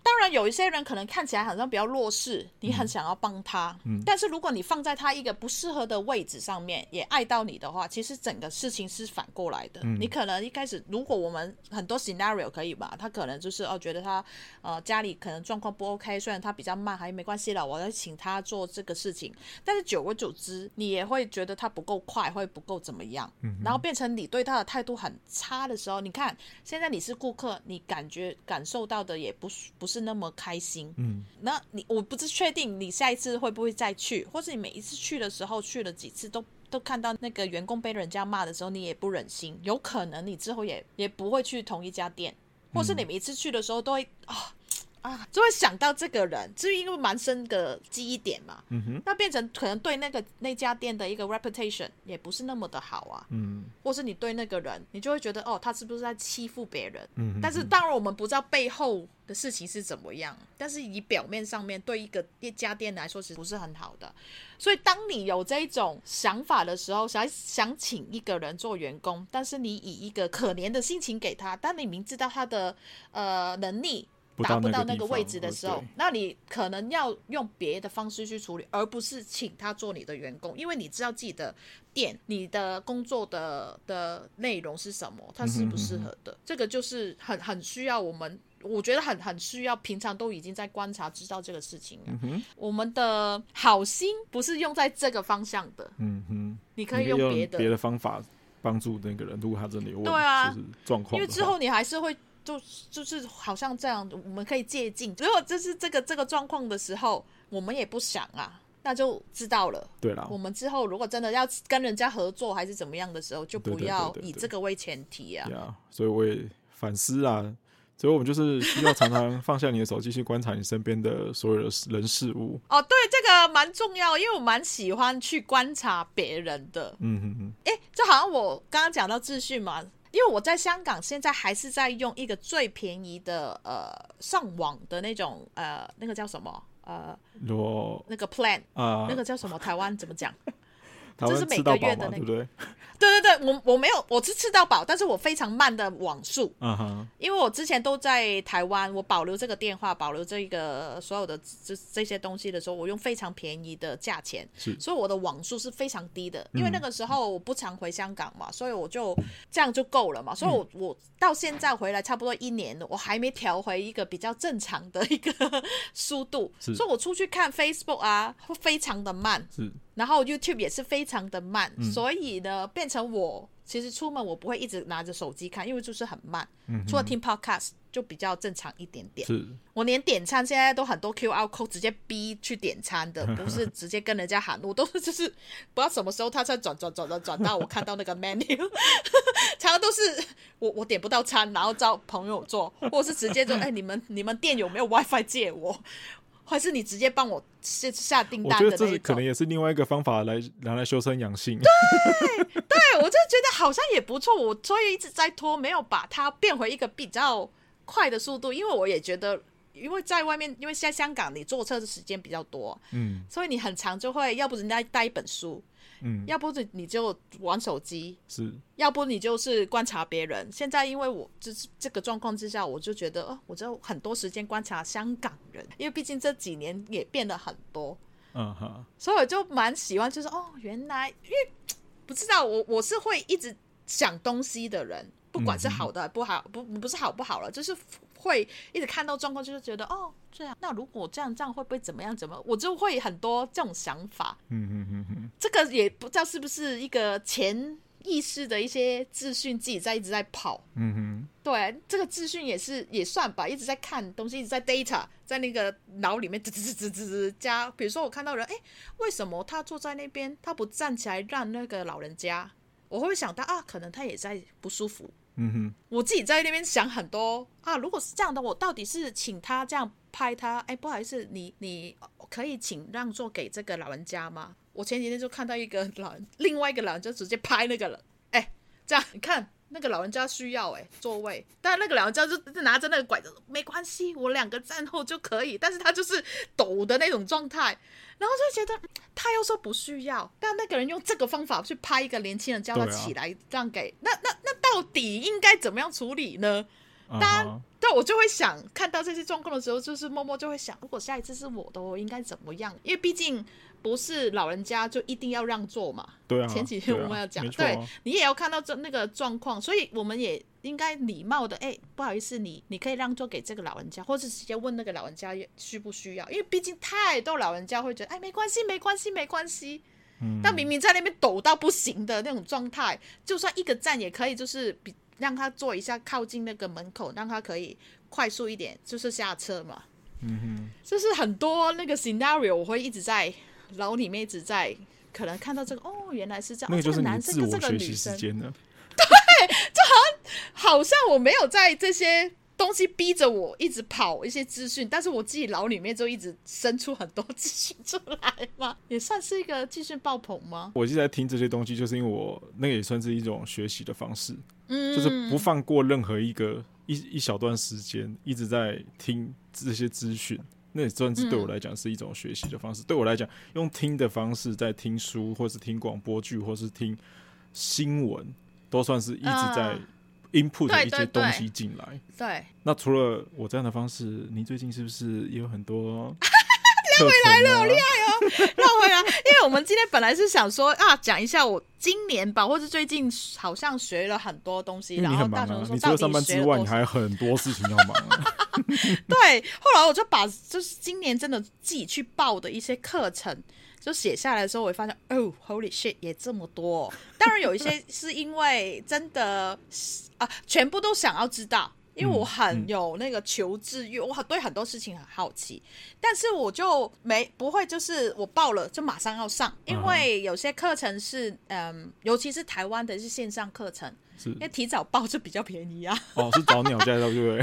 Speaker 1: 当然，有一些人可能看起来好像比较弱势，你很想要帮他，
Speaker 2: 嗯
Speaker 1: 但是如果你放在他一个不适合的位置上面，也爱到你的话，其实整个事情是反过来的。
Speaker 2: 嗯
Speaker 1: 你可能一开始，如果我们很多 scenario 可以吧，他可能就是哦，觉得他呃家里可能状况不 OK，虽然他比较慢，还没关系啦，我要请他做这个事情。但是久而久之，你也会觉得他不够快，会不够怎么样，然后变成你对他的态度很差的时候，你看现在你是顾客，你感觉感受到的也不是不是那么开心，
Speaker 2: 嗯，
Speaker 1: 那你我不是确定你下一次会不会再去，或是你每一次去的时候去了几次都都看到那个员工被人家骂的时候，你也不忍心，有可能你之后也也不会去同一家店，或是你每一次去的时候都会啊啊就会想到这个人，这因为蛮深的记忆点嘛，
Speaker 2: 嗯哼，
Speaker 1: 那变成可能对那个那家店的一个 reputation 也不是那么的好啊，
Speaker 2: 嗯
Speaker 1: 或是你对那个人，你就会觉得哦，他是不是在欺负别人？
Speaker 2: 嗯哼，
Speaker 1: 但是当然我们不知道背后的事情是怎么样，但是以表面上面对一个一家店来说是不是很好的？所以当你有这一种想法的时候，想想请一个人做员工，但是你以一个可怜的心情给他，当你明知道他的呃能力。
Speaker 2: 不
Speaker 1: 达
Speaker 2: 到
Speaker 1: 不
Speaker 2: 那个
Speaker 1: 到那
Speaker 2: 地
Speaker 1: 个
Speaker 2: 方
Speaker 1: 位置的
Speaker 2: 呃
Speaker 1: 时候
Speaker 2: 对，
Speaker 1: 那你可能要用别的方式去处理，而不是请他做你的员工，因为你知道自己的店、你的工作的的内容是什么，它适不适合的，这个就是很很需要我们，我觉得很很需要，平常都已经在观察知道这个事情了。
Speaker 2: 嗯哼
Speaker 1: 我们的好心不是用在这个方向的，
Speaker 2: 嗯哼。
Speaker 1: 你可
Speaker 2: 你
Speaker 1: 以用别的，
Speaker 2: 别的方法帮助那个人，如果他真的有问题，
Speaker 1: 对啊
Speaker 2: 就是状况的话，
Speaker 1: 因为之后你还是会就就是好像这样，我们可以借鉴。如果这是这个这个状况的时候，我们也不想啊，那就知道了。
Speaker 2: 对啊啦
Speaker 1: 我，们之后如果真的要跟人家合作还是怎么样的时候，就
Speaker 2: 对
Speaker 1: 不
Speaker 2: 对对
Speaker 1: 要
Speaker 2: 对
Speaker 1: 以
Speaker 2: 对
Speaker 1: 这个为前提啊。
Speaker 2: 呀，所以我也反思啦，所以我们就是需要常常放下你的手机，去观察你身边的所有的人事物。
Speaker 1: 哦，对，这个蛮重要，因为我蛮喜欢去观察别人的。
Speaker 2: 嗯哼哼，
Speaker 1: 诶，就好像我刚刚讲到秩序嘛，因为我在香港现在还是在用一个最便宜的呃上网的那种呃那个叫什么？呃
Speaker 2: 罗
Speaker 1: 那个 plan，、
Speaker 2: 啊，
Speaker 1: <laughs> 那个叫什么？台湾怎么讲？ <laughs>
Speaker 2: 台
Speaker 1: 这是
Speaker 2: 湾
Speaker 1: 每
Speaker 2: 吃到
Speaker 1: 个月
Speaker 2: 饱
Speaker 1: 的
Speaker 2: 嘛，
Speaker 1: 那
Speaker 2: 对不对？
Speaker 1: 对对对，我我没有，我是吃到饱，但是我非常慢的网速，
Speaker 2: 嗯哼，
Speaker 1: 因为我之前都在台湾，我保留这个电话，保留这个所有的这这些东西的时候，我用非常便宜的价钱，
Speaker 2: 是
Speaker 1: 所以我的网速是非常低的。
Speaker 2: 嗯
Speaker 1: 因为那个时候我不常回香港嘛，所以我就这样就够了嘛。所以我我到现在回来差不多一年了，我还没调回一个比较正常的一个速度，
Speaker 2: 是
Speaker 1: 所以我出去看 Facebook 啊，会非常的慢。
Speaker 2: 是
Speaker 1: 然后 YouTube 也是非常的慢，
Speaker 2: 嗯
Speaker 1: 所以呢，变成我其实出门我不会一直拿着手机看，因为就是很慢。
Speaker 2: 嗯哼
Speaker 1: 除了听 Podcast 就比较正常一点点。
Speaker 2: 是
Speaker 1: 我连点餐现在都很多 QR code 直接逼去点餐
Speaker 2: <laughs>
Speaker 1: 的，不是直接跟人家喊路，都是就是不知道什么时候他才转转转转转到我看到那个 menu，常常都是我我点不到餐，然后找朋友做，或是直接
Speaker 2: <laughs>
Speaker 1: 就哎、你们你们店有没有 WiFi 借我，还是你直接帮我下下订
Speaker 2: 我
Speaker 1: 单
Speaker 2: 觉
Speaker 1: 的那
Speaker 2: 得这
Speaker 1: 一
Speaker 2: 是
Speaker 1: 种
Speaker 2: 可能。也是另外一个方法来拿来修身养
Speaker 1: <laughs>
Speaker 2: 性。
Speaker 1: 对，我就觉得好像也不错，我所以一直在拖，没有把它变回一个比较快的速度，因为我也觉得，因为在外面，因为现在香港你坐车的时间比较多，
Speaker 2: 嗯
Speaker 1: 所以你很常就会，要不人家带一本书，
Speaker 2: 嗯，
Speaker 1: 要不你就玩手机，
Speaker 2: 是
Speaker 1: 要不你就是观察别人。现在因为我就是这个状况之下，我就觉得，哦，我就很多时间观察香港人，因为毕竟这几年也变得很多，
Speaker 2: 嗯哈，
Speaker 1: 所以我就蛮喜欢，就是哦，原来因为不知道我我是会一直想东西的人，不管是好的不好，不不是好不好了，就是会一直看到状况，就是觉得哦这样，那如果这样这样会不会怎么样怎么样，我就会很多这种想法。
Speaker 2: 嗯嗯嗯嗯，
Speaker 1: 这个也不知道是不是一个潜意识的一些资讯自己在一直在跑。
Speaker 2: 嗯哼，
Speaker 1: 对，这个资讯也是也算吧，一直在看东西，一直在 data，在那个脑里面吱吱吱吱吱加。比如说我看到人，哎，为什么他坐在那边，他不站起来让那个老人家？我会想到啊，可能他也在不舒服。
Speaker 2: 嗯哼，
Speaker 1: 我自己在那边想很多啊，如果是这样的，我到底是请他这样拍他？哎，不好意思，你你可以请让座给这个老人家吗？我前几天就看到一个老人，另外一个老人就直接拍那个人，哎，这样你看那个老人家需要哎、座位，但那个老人家就就拿着那个拐子，没关系，我两个站后就可以，但是他就是抖的那种状态，然后就觉得嗯他又说不需要，但那个人用这个方法去拍一个年轻人叫他
Speaker 2: 对啊
Speaker 1: 起来，让给那那那到底应该怎么样处理呢？
Speaker 2: 啊
Speaker 1: 当
Speaker 2: 哈
Speaker 1: 对，我就会想看到这些状况的时候，就是默默就会想，如果下一次是我的，我应该怎么样？因为毕竟不是老人家就一定要让座嘛。
Speaker 2: 对啊，
Speaker 1: 前几天
Speaker 2: 对啊
Speaker 1: 我们要讲，
Speaker 2: 没错
Speaker 1: 对,、
Speaker 2: 啊
Speaker 1: 你也要看到这那个状况，所以我们也应该礼貌的，哎，不好意思，你你可以让座给这个老人家，或是直接问那个老人家需不需要，因为毕竟太多老人家会觉得，哎，没关系，没关系，没关系。
Speaker 2: 嗯
Speaker 1: 但明明在那边抖到不行的那种状态，就算一个站也可以，就是比让他坐一下靠近那个门口，让他可以快速一点，就是下车嘛。
Speaker 2: 嗯哼，
Speaker 1: 就是很多那个 scenario，我会一直在脑里面一直在，可能看到这个哦，原来是这样，
Speaker 2: 那个
Speaker 1: 哦、这
Speaker 2: 就是你
Speaker 1: 男
Speaker 2: 的
Speaker 1: 生
Speaker 2: 自
Speaker 1: 跟这
Speaker 2: 我
Speaker 1: 个
Speaker 2: 学
Speaker 1: 女
Speaker 2: 习时
Speaker 1: 生，
Speaker 2: 间了。
Speaker 1: 好像我没有在这些东西逼着我一直跑一些资讯，但是我自己脑里面就一直生出很多资讯出来嘛，也算是一个资讯爆棚吗？
Speaker 2: 我一直在听这些东西，就是因为我那个也算是一种学习的方式，
Speaker 1: 嗯，
Speaker 2: 就是不放过任何一个一一小段时间一直在听这些资讯。那也算是对我
Speaker 1: 嗯
Speaker 2: 来讲是一种学习的方式。对我来讲，用听的方式在听书，或是听广播剧，或是听新闻，都算是一直在
Speaker 1: 啊
Speaker 2: input
Speaker 1: 对
Speaker 2: 一
Speaker 1: 对
Speaker 2: 些东
Speaker 1: 对
Speaker 2: 西进来。
Speaker 1: 对。
Speaker 2: 那除了我这样的方式，您最近是不是也有很
Speaker 1: <laughs>
Speaker 2: 多啊又回来了？好厉害！
Speaker 1: 绕回来，啊因为我们今天本来是想说啊，讲一下我今年吧，或是最近好像学了很多东西，
Speaker 2: 因为
Speaker 1: 然
Speaker 2: 你
Speaker 1: 后
Speaker 2: 很
Speaker 1: 大
Speaker 2: 忙
Speaker 1: 雄
Speaker 2: 啊，
Speaker 1: 说
Speaker 2: 你除
Speaker 1: 到
Speaker 2: 了上班
Speaker 1: 底学
Speaker 2: 之
Speaker 1: 了
Speaker 2: 外，
Speaker 1: 多
Speaker 2: 你
Speaker 1: 少？
Speaker 2: 还有很多事情要忙
Speaker 1: <laughs>
Speaker 2: 啊。
Speaker 1: 对，后来我就把就是今年真的自己去报的一些课程。就写下来的时候，我发现哦，Holy shit，也这么多哦、当然有一些是因为真的啊，全部都想要知道，因为我很有那个求知欲，我很对很多事情很好奇，但是我就没不会就是我报了就马上要上，因为有些课程是嗯，尤其是台湾的是线上课程，
Speaker 2: 是
Speaker 1: 因为提早报就比较便宜啊。
Speaker 2: 哦，是找鸟驾照对不对？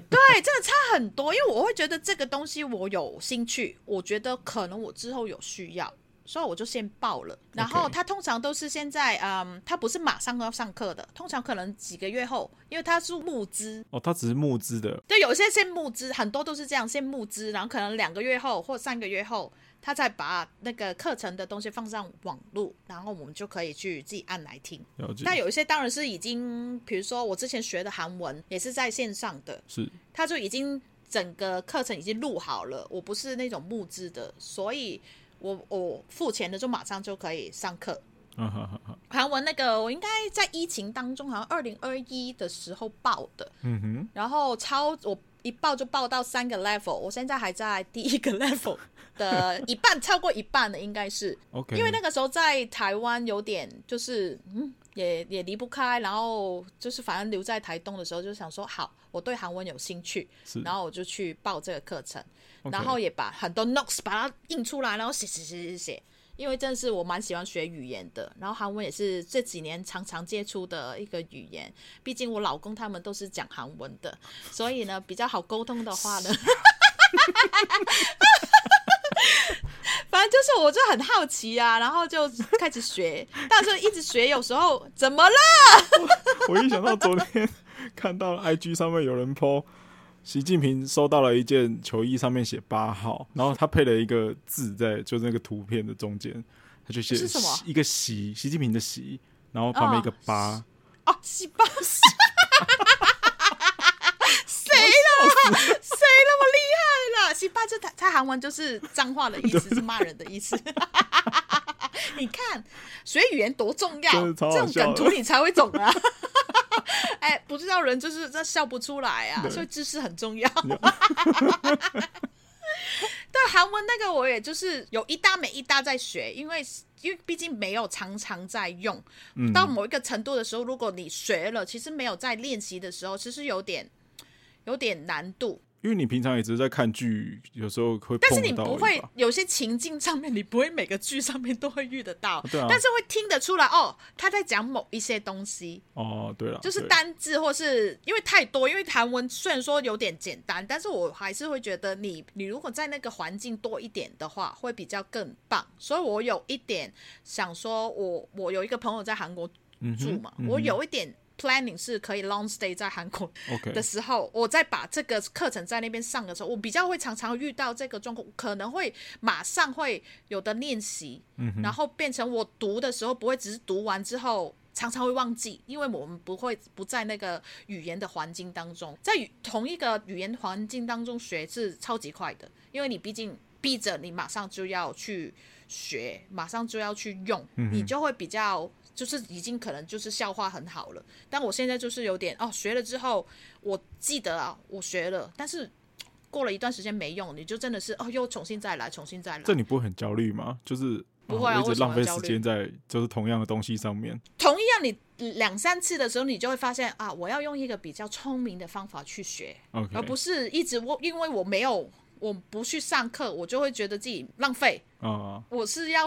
Speaker 1: 对，真的差很多，因为我会觉得这个东西我有兴趣，我觉得可能我之后有需要，所以我就先报了。然后他通常都是现在，嗯，他不是马上要上课的，通常可能几个月后，因为他是募资，
Speaker 2: 哦，它只是募资的，
Speaker 1: 对，有一些先募资，很多都是这样，先募资，然后可能两个月后或三个月后，他再把那个课程的东西放上网络，然后我们就可以去自己按来听。
Speaker 2: 了解。
Speaker 1: 但有一些当然是已经，比如说我之前学的韩文也是在线上的，
Speaker 2: 是
Speaker 1: 他就已经整个课程已经录好了，我不是那种募资的，所以我我付钱的就马上就可以上课。
Speaker 2: 嗯哈哈哈，
Speaker 1: 韩文那个我应该在疫情当中，好像二零二一的时候报的，
Speaker 2: 嗯哼，
Speaker 1: 然后超我一报就报到三个 level，我现在还在第一个 <laughs> level 的一半，超过一半的应该是，
Speaker 2: ，OK，
Speaker 1: 因为那个时候在台湾有点就是嗯。也也离不开，然后就是反正留在台东的时候，就想说好，我对韩文有兴趣，
Speaker 2: 是，
Speaker 1: 然后我就去报这个课程
Speaker 2: OK
Speaker 1: 然后也把很多 notes 把它印出来，然后写写写写写。因为真的是我蛮喜欢学语言的，然后韩文也是这几年常常接触的一个语言。毕竟我老公他们都是讲韩文的，所以呢比较好沟通的话呢， <laughs> 反正就是我就很好奇啊，然后就开始学，但是一直学，有时候怎么了？
Speaker 2: 我一想到昨
Speaker 1: <laughs>
Speaker 2: 天看到 IG 上面有人 po，习近平收到了一件球衣，上面写八号，然后他配了一个字在，就是那个图片的中间，他就写
Speaker 1: 是什么
Speaker 2: 习一个习，习近平的习，然后旁边一个八、
Speaker 1: 哦，西巴，谁啦？谁那么厉害啦？西巴就他他韩文就是脏话的意思，是骂人的意思。 <laughs> 你看学语言多重要，
Speaker 2: 真的超
Speaker 1: 这
Speaker 2: 好
Speaker 1: 种
Speaker 2: 笑
Speaker 1: 梗
Speaker 2: 的
Speaker 1: 图你才会懂啊。哎，不知道人就是这笑不出来啊，
Speaker 2: 对
Speaker 1: 所以知识很重要。 <laughs> 但韩文那个我也就是有一搭没一搭在学，因为因为毕竟没有常常在用，
Speaker 2: 嗯
Speaker 1: 到某一个程度的时候，如果你学了，其实没有在练习的时候，其实有点有点难度。
Speaker 2: 因为你平常也只是在看剧，有时候会
Speaker 1: 但是
Speaker 2: 碰
Speaker 1: 你
Speaker 2: 到
Speaker 1: 不
Speaker 2: 而已
Speaker 1: 会
Speaker 2: 吧
Speaker 1: 有些情境上面，你不会每个剧上面都会遇得到，
Speaker 2: 对啊
Speaker 1: 但是会听得出来哦，他在讲某一些东西，
Speaker 2: 哦，对了，
Speaker 1: 就是
Speaker 2: 对
Speaker 1: 单字或是因为太多，因为韩文虽然说有点简单，但是我还是会觉得你你如果在那个环境多一点的话，会比较更棒。所以我有一点想说我，我有一个朋友在韩国
Speaker 2: 嗯
Speaker 1: 住
Speaker 2: 哼
Speaker 1: 嘛，
Speaker 2: 嗯哼
Speaker 1: 我有一点 planning 是可以 long stay 在韩国
Speaker 2: OK
Speaker 1: 的时候，我再把这个课程在那边上的时候，我比较会常常遇到这个状况，可能会马上会有的练习，
Speaker 2: 嗯哼
Speaker 1: 然后变成我读的时候不会只是读完之后。常常会忘记，因为我们不会不在那个语言的环境当中，在语同一个语言环境当中学是超级快的，因为你毕竟逼着你马上就要去学，马上就要去用，你就会比较就是已经可能就是消化很好了。但我现在就是有点哦，学了之后我记得啊，我学了，但是过了一段时间没用，你就真的是哦，又重新再来，重新再来。
Speaker 2: 这你不会很焦虑吗？就是
Speaker 1: 不会啊
Speaker 2: 我一
Speaker 1: 为
Speaker 2: 直
Speaker 1: 什么
Speaker 2: 浪费
Speaker 1: 焦
Speaker 2: 时
Speaker 1: 虑
Speaker 2: 间在就是同样的东西上面。
Speaker 1: 同样，你两三次的时候，你就会发现啊，我要用一个比较聪明的方法去学，
Speaker 2: OK，
Speaker 1: 而不是一直我因为我没有我不去上课，我就会觉得自己浪费。
Speaker 2: 啊，
Speaker 1: 我是要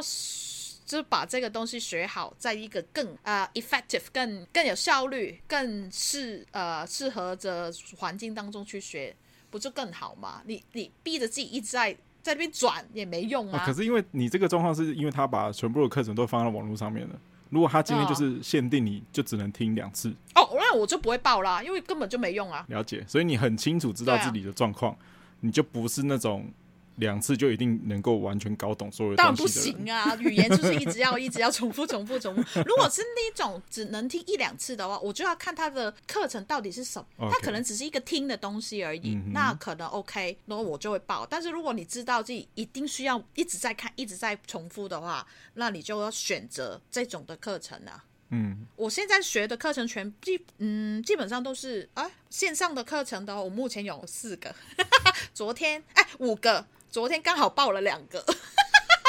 Speaker 1: 就是把这个东西学好，在一个更啊、呃 effective、更更有效率、更适呃适合着环境当中去学，不就更好吗？你你逼着自己一直在在那边转也没用
Speaker 2: 啊
Speaker 1: 啊。
Speaker 2: 可是因为你这个状况，是因为他把全部的课程都放到网络上面了。如果他今天
Speaker 1: 啊
Speaker 2: 就是限定你就只能听两次，
Speaker 1: 哦，那我就不会报啦，因为根本就没用啊。
Speaker 2: 了解，所以你很清楚知道
Speaker 1: 对啊
Speaker 2: 自己的状况，你就不是那种两次就一定能够完全搞懂所有的
Speaker 1: 当然
Speaker 2: 东
Speaker 1: 不
Speaker 2: 西的人。
Speaker 1: 行啊，语言就是一直要 <laughs> 一直要重复重复重复。如果是那种只能听一两次的话，我就要看他的课程到底是什么。
Speaker 2: OK
Speaker 1: 他可能只是一个听的东西而已
Speaker 2: 嗯，哼
Speaker 1: 那可能 OK，然后我就会报。但是如果你知道自己一定需要一直在看、一直在重复的话，那你就要选择这种的课程啊。
Speaker 2: 嗯，
Speaker 1: 我现在学的课程全基嗯基本上都是啊线上的课程的哦话，我目前有四个， <laughs> 昨天哎五个，昨天刚好报了两个。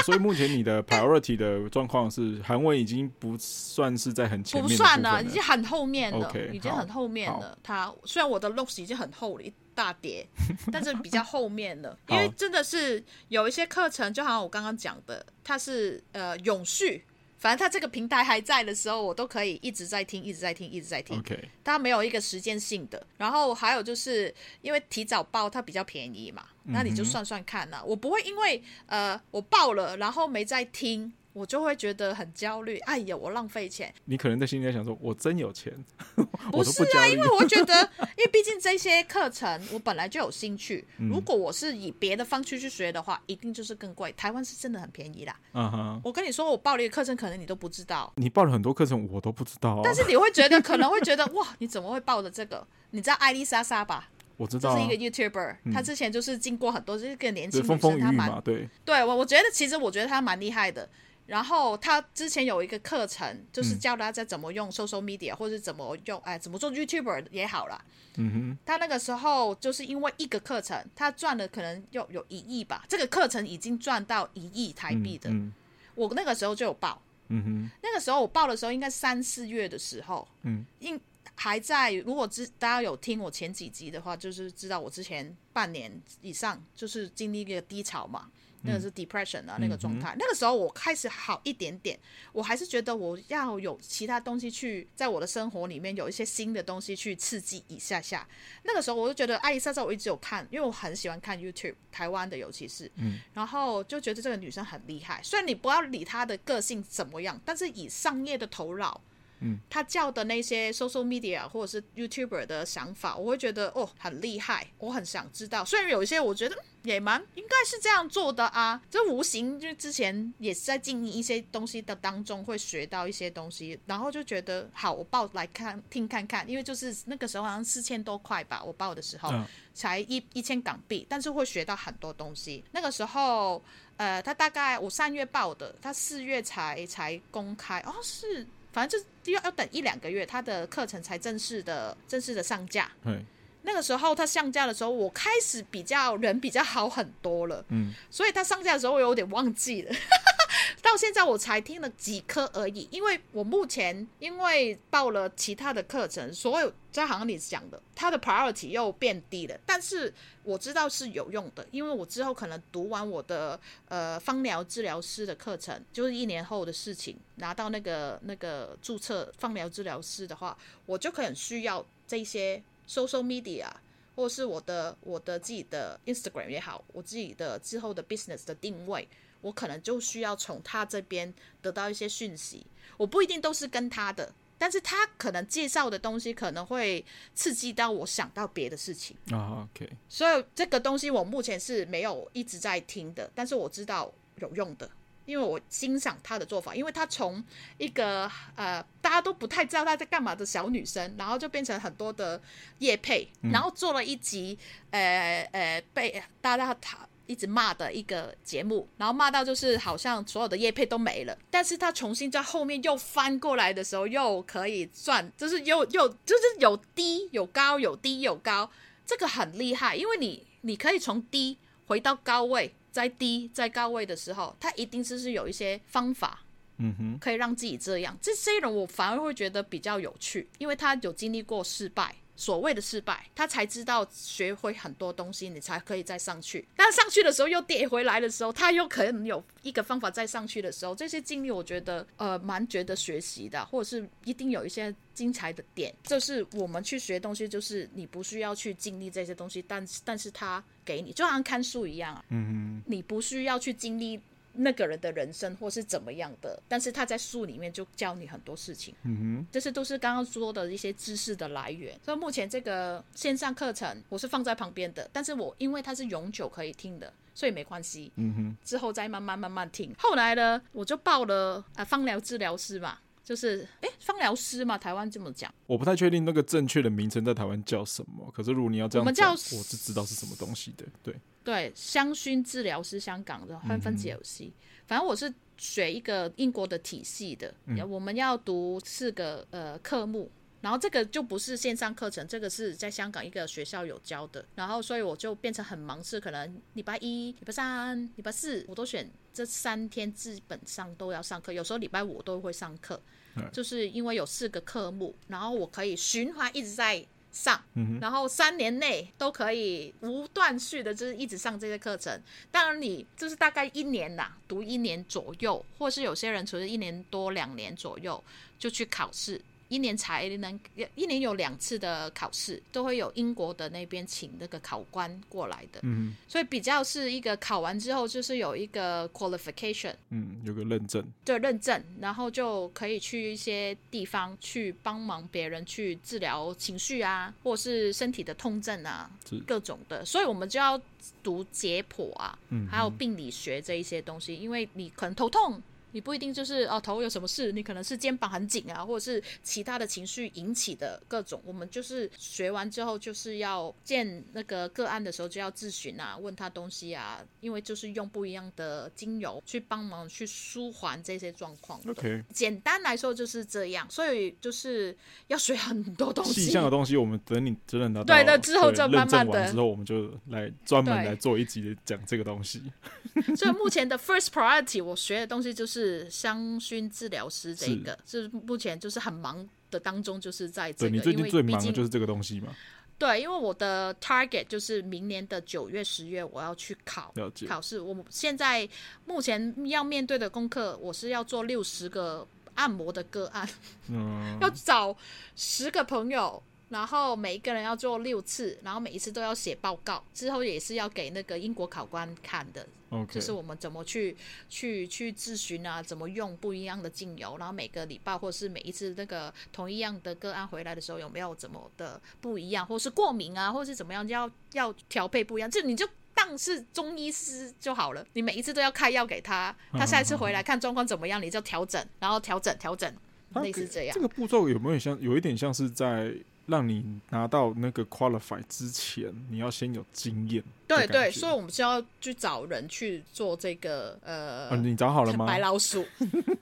Speaker 2: 所以目前你
Speaker 1: <laughs>
Speaker 2: 的 priority 的状况是韩文已经不算是在很前
Speaker 1: 不
Speaker 2: 面的
Speaker 1: 算
Speaker 2: 部
Speaker 1: 了，
Speaker 2: 分
Speaker 1: 已经很后面了
Speaker 2: OK，
Speaker 1: 已经很后面了。它虽然我的 notes 已经很厚了一大
Speaker 2: <laughs>
Speaker 1: 叠，但是比较后面了，因为
Speaker 2: 好
Speaker 1: 真的是有一些课程，就好像我刚刚讲的，它是呃永续反正它这个平台还在的时候，我都可以一直在听，一直在听，一直在听。
Speaker 2: OK，
Speaker 1: 它没有一个时间性的。然后还有就是因为提早报它比较便宜嘛，
Speaker 2: 嗯
Speaker 1: 那你就算算看呐、我不会因为呃我报了然后没在听，我就会觉得很焦虑。哎呀，我浪费钱。
Speaker 2: 你可能在心里在想说，我真有钱，
Speaker 1: 不
Speaker 2: <laughs> 我都
Speaker 1: 是
Speaker 2: 不焦
Speaker 1: 啊，
Speaker 2: 虑
Speaker 1: 因为我会觉得， <laughs> 因为毕竟这些课程我本来就有兴趣。
Speaker 2: 嗯
Speaker 1: 如果我是以别的方区去学的话，一定就是更贵。台湾是真的很便宜啦。
Speaker 2: 嗯哼，
Speaker 1: 我跟你说，我报了一个课程，可能你都不知道，
Speaker 2: 你报了很多课程，我都不知道、啊。
Speaker 1: 但是你会觉得可能会觉得哇，你怎么会报的这个？你知道艾丽莎莎吧？
Speaker 2: 我知
Speaker 1: 这
Speaker 2: 道、
Speaker 1: 是一
Speaker 2: 啊
Speaker 1: 个，YouTuber，、她之前就是经过很多，就是一个年轻
Speaker 2: 对
Speaker 1: 女
Speaker 2: 风
Speaker 1: 生，
Speaker 2: 风雨
Speaker 1: 她
Speaker 2: 雨
Speaker 1: 蛮
Speaker 2: 嘛，对，
Speaker 1: 对我，我觉得其实我觉得他蛮厉害的。然后他之前有一个课程，就是
Speaker 2: 嗯
Speaker 1: 教大家怎么用 social media，、或者怎么用哎怎么做 YouTuber 也好啦。
Speaker 2: 嗯
Speaker 1: 他那个时候就是因为一个课程，他赚了可能有有一亿吧，这个课程已经赚到一亿台
Speaker 2: 哼，
Speaker 1: 币的。
Speaker 2: 嗯
Speaker 1: 我那个时候就有报，
Speaker 2: 嗯嗯
Speaker 1: 那个时候我报的时候应该三四月的时候，
Speaker 2: 哼嗯，
Speaker 1: 应还在。如果知大家有听我前几集的话，就是知道我之前半年以上就是经历一个低潮嘛，那个是 depression 啊、那个状态。那个时候我开始好一点点，我还是觉得我要有其他东西去在我的生活里面有一些新的东西去刺激一下下。那个时候我就觉得艾丽莎莎我一直有看，因为我很喜欢看 YouTube 台湾的，尤其是，
Speaker 2: 嗯
Speaker 1: 然后就觉得这个女生很厉害。虽然你不要理她的个性怎么样，但是以商业的头脑。
Speaker 2: 嗯，
Speaker 1: 她教的那些 social media 或者是 YouTuber 的想法，我会觉得哦很厉害，我很想知道。虽然有一些我觉得嗯也蛮应该是这样做的啊，这无形就是之前也是在经营一些东西的当中会学到一些东西，然后就觉得好，我报来看听看看，因为就是那个时候好像四千多块吧，我报的时候、
Speaker 2: 嗯
Speaker 1: 才一一千港币，但是会学到很多东西。那个时候呃，他大概我三月报的，他四月才才公开，哦是，反正就是要要等一两个月，他的课程才正式的正式的上架。
Speaker 2: 对，
Speaker 1: 那个时候他上架的时候，我开始比较人比较好很多了，
Speaker 2: 嗯
Speaker 1: 所以他上架的时候我有点忘记了。 <laughs> 到现在我才听了几科而已，因为我目前因为报了其他的课程，所有在好像你讲的，它的 priority 又变低了。但是我知道是有用的，因为我之后可能读完我的呃芳疗治疗师的课程，就是一年后的事情，拿到那个那个注册芳疗治疗师的话，我就可能需要这些 social media。或是我的我的自己的 Instagram 也好，我自己的之后的 business 的定位，我可能就需要从他这边得到一些讯息。我不一定都是跟他的，但是他可能介绍的东西可能会刺激到我想到别的事情。
Speaker 2: 啊，OK，
Speaker 1: 所以这个东西我目前是没有一直在听的，但是我知道有用的，因为我欣赏她的做法，因为她从一个呃大家都不太知道她在干嘛的小女生，然后就变成很多的叶配，然后做了一集呃呃被大家讨一直骂的一个节目，然后骂到就是好像所有的业配都没了，但是他重新在后面又翻过来的时候，又可以赚，就是又又就是有低有高，有低有高，这个很厉害，因为你你可以从低回到高位，在低在高位的时候，他一定是是有一些方法
Speaker 2: 嗯哼，
Speaker 1: 可以让自己这样。这些人我反而会觉得比较有趣，因为他有经历过失败，所谓的失败，他才知道学会很多东西，你才可以再上去。但上去的时候又跌回来的时候，他又可能有一个方法再上去的时候，这些经历我觉得呃蛮值得学习的，或者是一定有一些精彩的点。就是我们去学东西，就是你不需要去经历这些东西，但但是他给你就好像看书一样啊。
Speaker 2: 嗯
Speaker 1: 你不需要去经历那个人的人生或是怎么样的，但是他在书里面就教你很多事情，
Speaker 2: 哼，嗯哼，
Speaker 1: 这些都是刚刚说的一些知识的来源。所以目前这个线上课程我是放在旁边的，但是我因为它是永久可以听的，所以没关系，
Speaker 2: 嗯哼，
Speaker 1: 之后再慢慢慢慢听。后来呢，我就报了啊芳疗治疗师嘛，就是诶芳疗师嘛，台湾这么讲，
Speaker 2: 我不太确定那个正确的名称在台湾叫什么，可是如果你要这
Speaker 1: 我
Speaker 2: 样
Speaker 1: 们叫
Speaker 2: 讲，我是知道是什么东西的。对，
Speaker 1: 对，香薰治疗师，香港的分分解有系。反正我是学一个英国的体系的，我们要读四个呃科目。然后这个就不是线上课程，这个是在香港一个学校有教的。然后所以我就变成很忙，是可能礼拜一、礼拜三、礼拜四我都选这三天，基本上都要上课。有时候礼拜五我都会上课，就是因为有四个科目，然后我可以循环一直在上，
Speaker 2: 嗯哼，
Speaker 1: 然后三年内都可以无断续的，就是一直上这些课程。当然，你就是大概一年啦，读一年左右，或是有些人除了一年多两年左右就去考试。一年才能一年有两次的考试，都会有英国的那边请那个考官过来的，
Speaker 2: 嗯
Speaker 1: 所以比较是一个考完之后就是有一个 qualification，
Speaker 2: 哼嗯，有个认证，
Speaker 1: 对认证，然后就可以去一些地方去帮忙别人去治疗情绪啊，或是身体的痛症啊
Speaker 2: 是，
Speaker 1: 各种的。所以我们就要读解剖啊，
Speaker 2: 嗯哼，
Speaker 1: 还有病理学这一些东西，因为你可能头痛。你不一定就是哦头有什么事，你可能是肩膀很紧啊，或者是其他的情绪引起的各种。我们就是学完之后，就是要见那个个案的时候就要咨询啊，问他东西啊，因为就是用不一样的精油去帮忙去舒缓这些状况。
Speaker 2: OK
Speaker 1: 简单来说就是这样，所以就是要学很多东
Speaker 2: 细 <laughs>
Speaker 1: 西。
Speaker 2: 项的东西，我们等你真的拿到
Speaker 1: 对那之后
Speaker 2: 对
Speaker 1: 就慢慢
Speaker 2: 认证完
Speaker 1: 地
Speaker 2: 之后，我们就来专门
Speaker 1: 对
Speaker 2: 来做一集讲这个东西。
Speaker 1: 所以目前的 first priority 我学的东西就是香薰治疗师这一个，是目前就是很忙的当中，就是在这
Speaker 2: 对
Speaker 1: 个，
Speaker 2: 你最近
Speaker 1: 因
Speaker 2: 最
Speaker 1: 为毕
Speaker 2: 忙的
Speaker 1: 竟
Speaker 2: 就是这个东西嘛，
Speaker 1: 对，因为我的 target 就是明年的九月、十月我要去考
Speaker 2: 了解。
Speaker 1: 考试，我现在目前要面对的功课，我是要做六十个按摩的个案，
Speaker 2: 嗯，
Speaker 1: 要找十个朋友。然后每一个人要做六次，然后每一次都要写报告，之后也是要给那个英国考官看的，
Speaker 2: OK，
Speaker 1: 就是我们怎么去去去咨询啊，怎么用不一样的精油，然后每个礼拜或是每一次那个同一样的个案回来的时候，有没有怎么的不一样，或是过敏啊，或是怎么样，要要调配不一样，这你就。当是中医师就好了，你每一次都要开药给他，他下一次
Speaker 2: 嗯
Speaker 1: 回来看状况怎么样，你就调整，然后调整调整，
Speaker 2: 它
Speaker 1: 类似
Speaker 2: 给
Speaker 1: 这样
Speaker 2: 啊这。个步骤有没有像有一点像是在让你拿到那个 qualify 之前，你要先有经验的
Speaker 1: 对
Speaker 2: 感觉？
Speaker 1: 对，所以我们就要去找人去做这个呃、
Speaker 2: 啊，你找好了吗？
Speaker 1: 白老鼠， <laughs>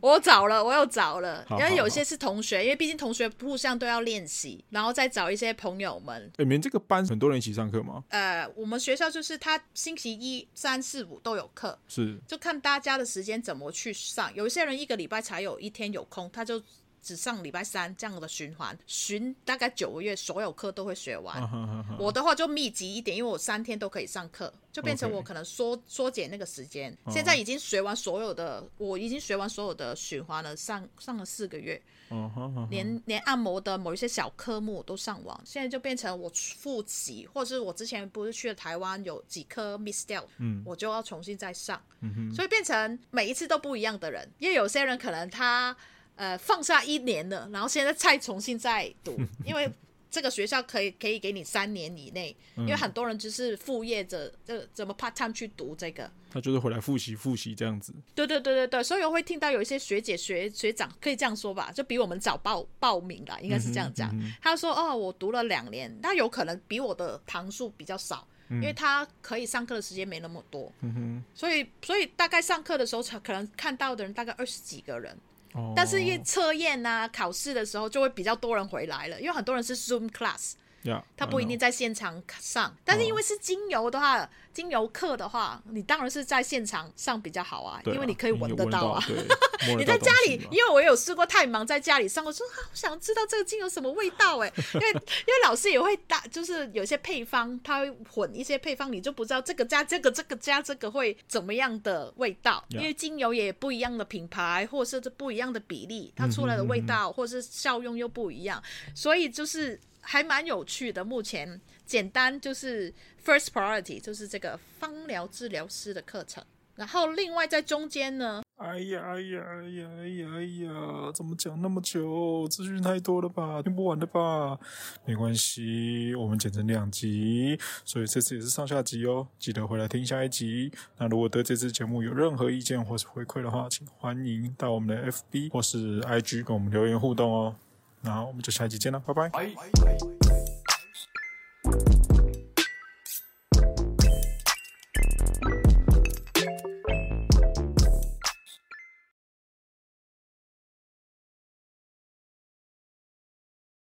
Speaker 1: 我找了，我又找了，
Speaker 2: 好
Speaker 1: 因为
Speaker 2: 好
Speaker 1: 有
Speaker 2: 好
Speaker 1: 些是同学，因为毕竟同学互相都要练习，然后再找一些朋友们。
Speaker 2: 哎诶你们这个班很多人一起上课吗？
Speaker 1: 呃，我们学校就是他星期一、三、四、五都有课，
Speaker 2: 是
Speaker 1: 就看大家的时间怎么去上。有一些人一个礼拜才有一天有空，他就只上礼拜三这样的循环，循大概九个月所有课都会学完。
Speaker 2: 啊哈哈哈
Speaker 1: 我的话就密集一点，因为我三天都可以上课，就变成
Speaker 2: OK
Speaker 1: 我可能缩缩减那个时间。
Speaker 2: 哦
Speaker 1: 现在已经学完所有的，我已经学完所有的循环了，上上了四个月，
Speaker 2: 嗯哼哼
Speaker 1: 连连按摩的某一些小科目我都上完。现在就变成我复习，或是我之前不是去了台湾有几科 miss 掉，
Speaker 2: 嗯
Speaker 1: 我就要重新再上，
Speaker 2: 嗯哼，
Speaker 1: 所以变成每一次都不一样的人，因为有些人可能他呃放下一年了，然后现在再重新再
Speaker 2: <laughs>
Speaker 1: 读，因为这个学校可以可以给你三年以内，
Speaker 2: 嗯
Speaker 1: 因为很多人就是副业者，这怎么 part time 去读这个。
Speaker 2: 他就是回来复习复习这样子。
Speaker 1: 对对对对对，所以我会听到有一些学姐学学长可以这样说吧，就比我们早报报名啦，应该是这样讲。
Speaker 2: 嗯哼嗯哼
Speaker 1: 他说哦，我读了两年，那有可能比我的堂数比较少，因为他可以上课的时间没那么多，
Speaker 2: 嗯
Speaker 1: 所以所以大概上课的时候，可能看到的人大概二十几个人，
Speaker 2: 哼，哦，
Speaker 1: 但是因为测验呐、考试的时候就会比较多人回来了，因为很多人是 Zoom class，
Speaker 2: 呀，啊
Speaker 1: 他不一定
Speaker 2: 在
Speaker 1: 在现场上，但
Speaker 2: 哦
Speaker 1: 是因为是精油的话，精油课的话，你当然是在现场上比较好啊，因为你可以闻得到啊。
Speaker 2: 对，
Speaker 1: <laughs> 你
Speaker 2: 摸得
Speaker 1: 在
Speaker 2: 到
Speaker 1: 家
Speaker 2: 东
Speaker 1: 里
Speaker 2: 西，嘛啊
Speaker 1: 因为我有试过太忙，在家里上，我说啊，我想知道这个精油什么味道哎、 <laughs> 因为因为老师也会打，就是有些配方，他会混一些配方，你就不知道这个加这个，这个加这个会怎么样的味道
Speaker 2: Yeah
Speaker 1: 因为精油也不一样的品牌，或者是不一样的比例，它出来的味
Speaker 2: 嗯
Speaker 1: 道、或者是效用又不一样，所以就是还蛮有趣的。目前简单就是 first priority 就是这个芳疗治疗师的课程，然后另外在中间呢，
Speaker 2: 哎呀哎呀哎呀哎呀哎呀！怎么讲那么久？资讯太多了吧，听不完的吧？没关系，我们剪成两集，所以这次也是上下集哦。记得回来听下一集。那如果对这次节目有任何意见或是回馈的话，请欢迎到我们的 FB 或是 IG 跟我们留言互动哦。那我们就下一集见了，拜拜。
Speaker 4: Bye.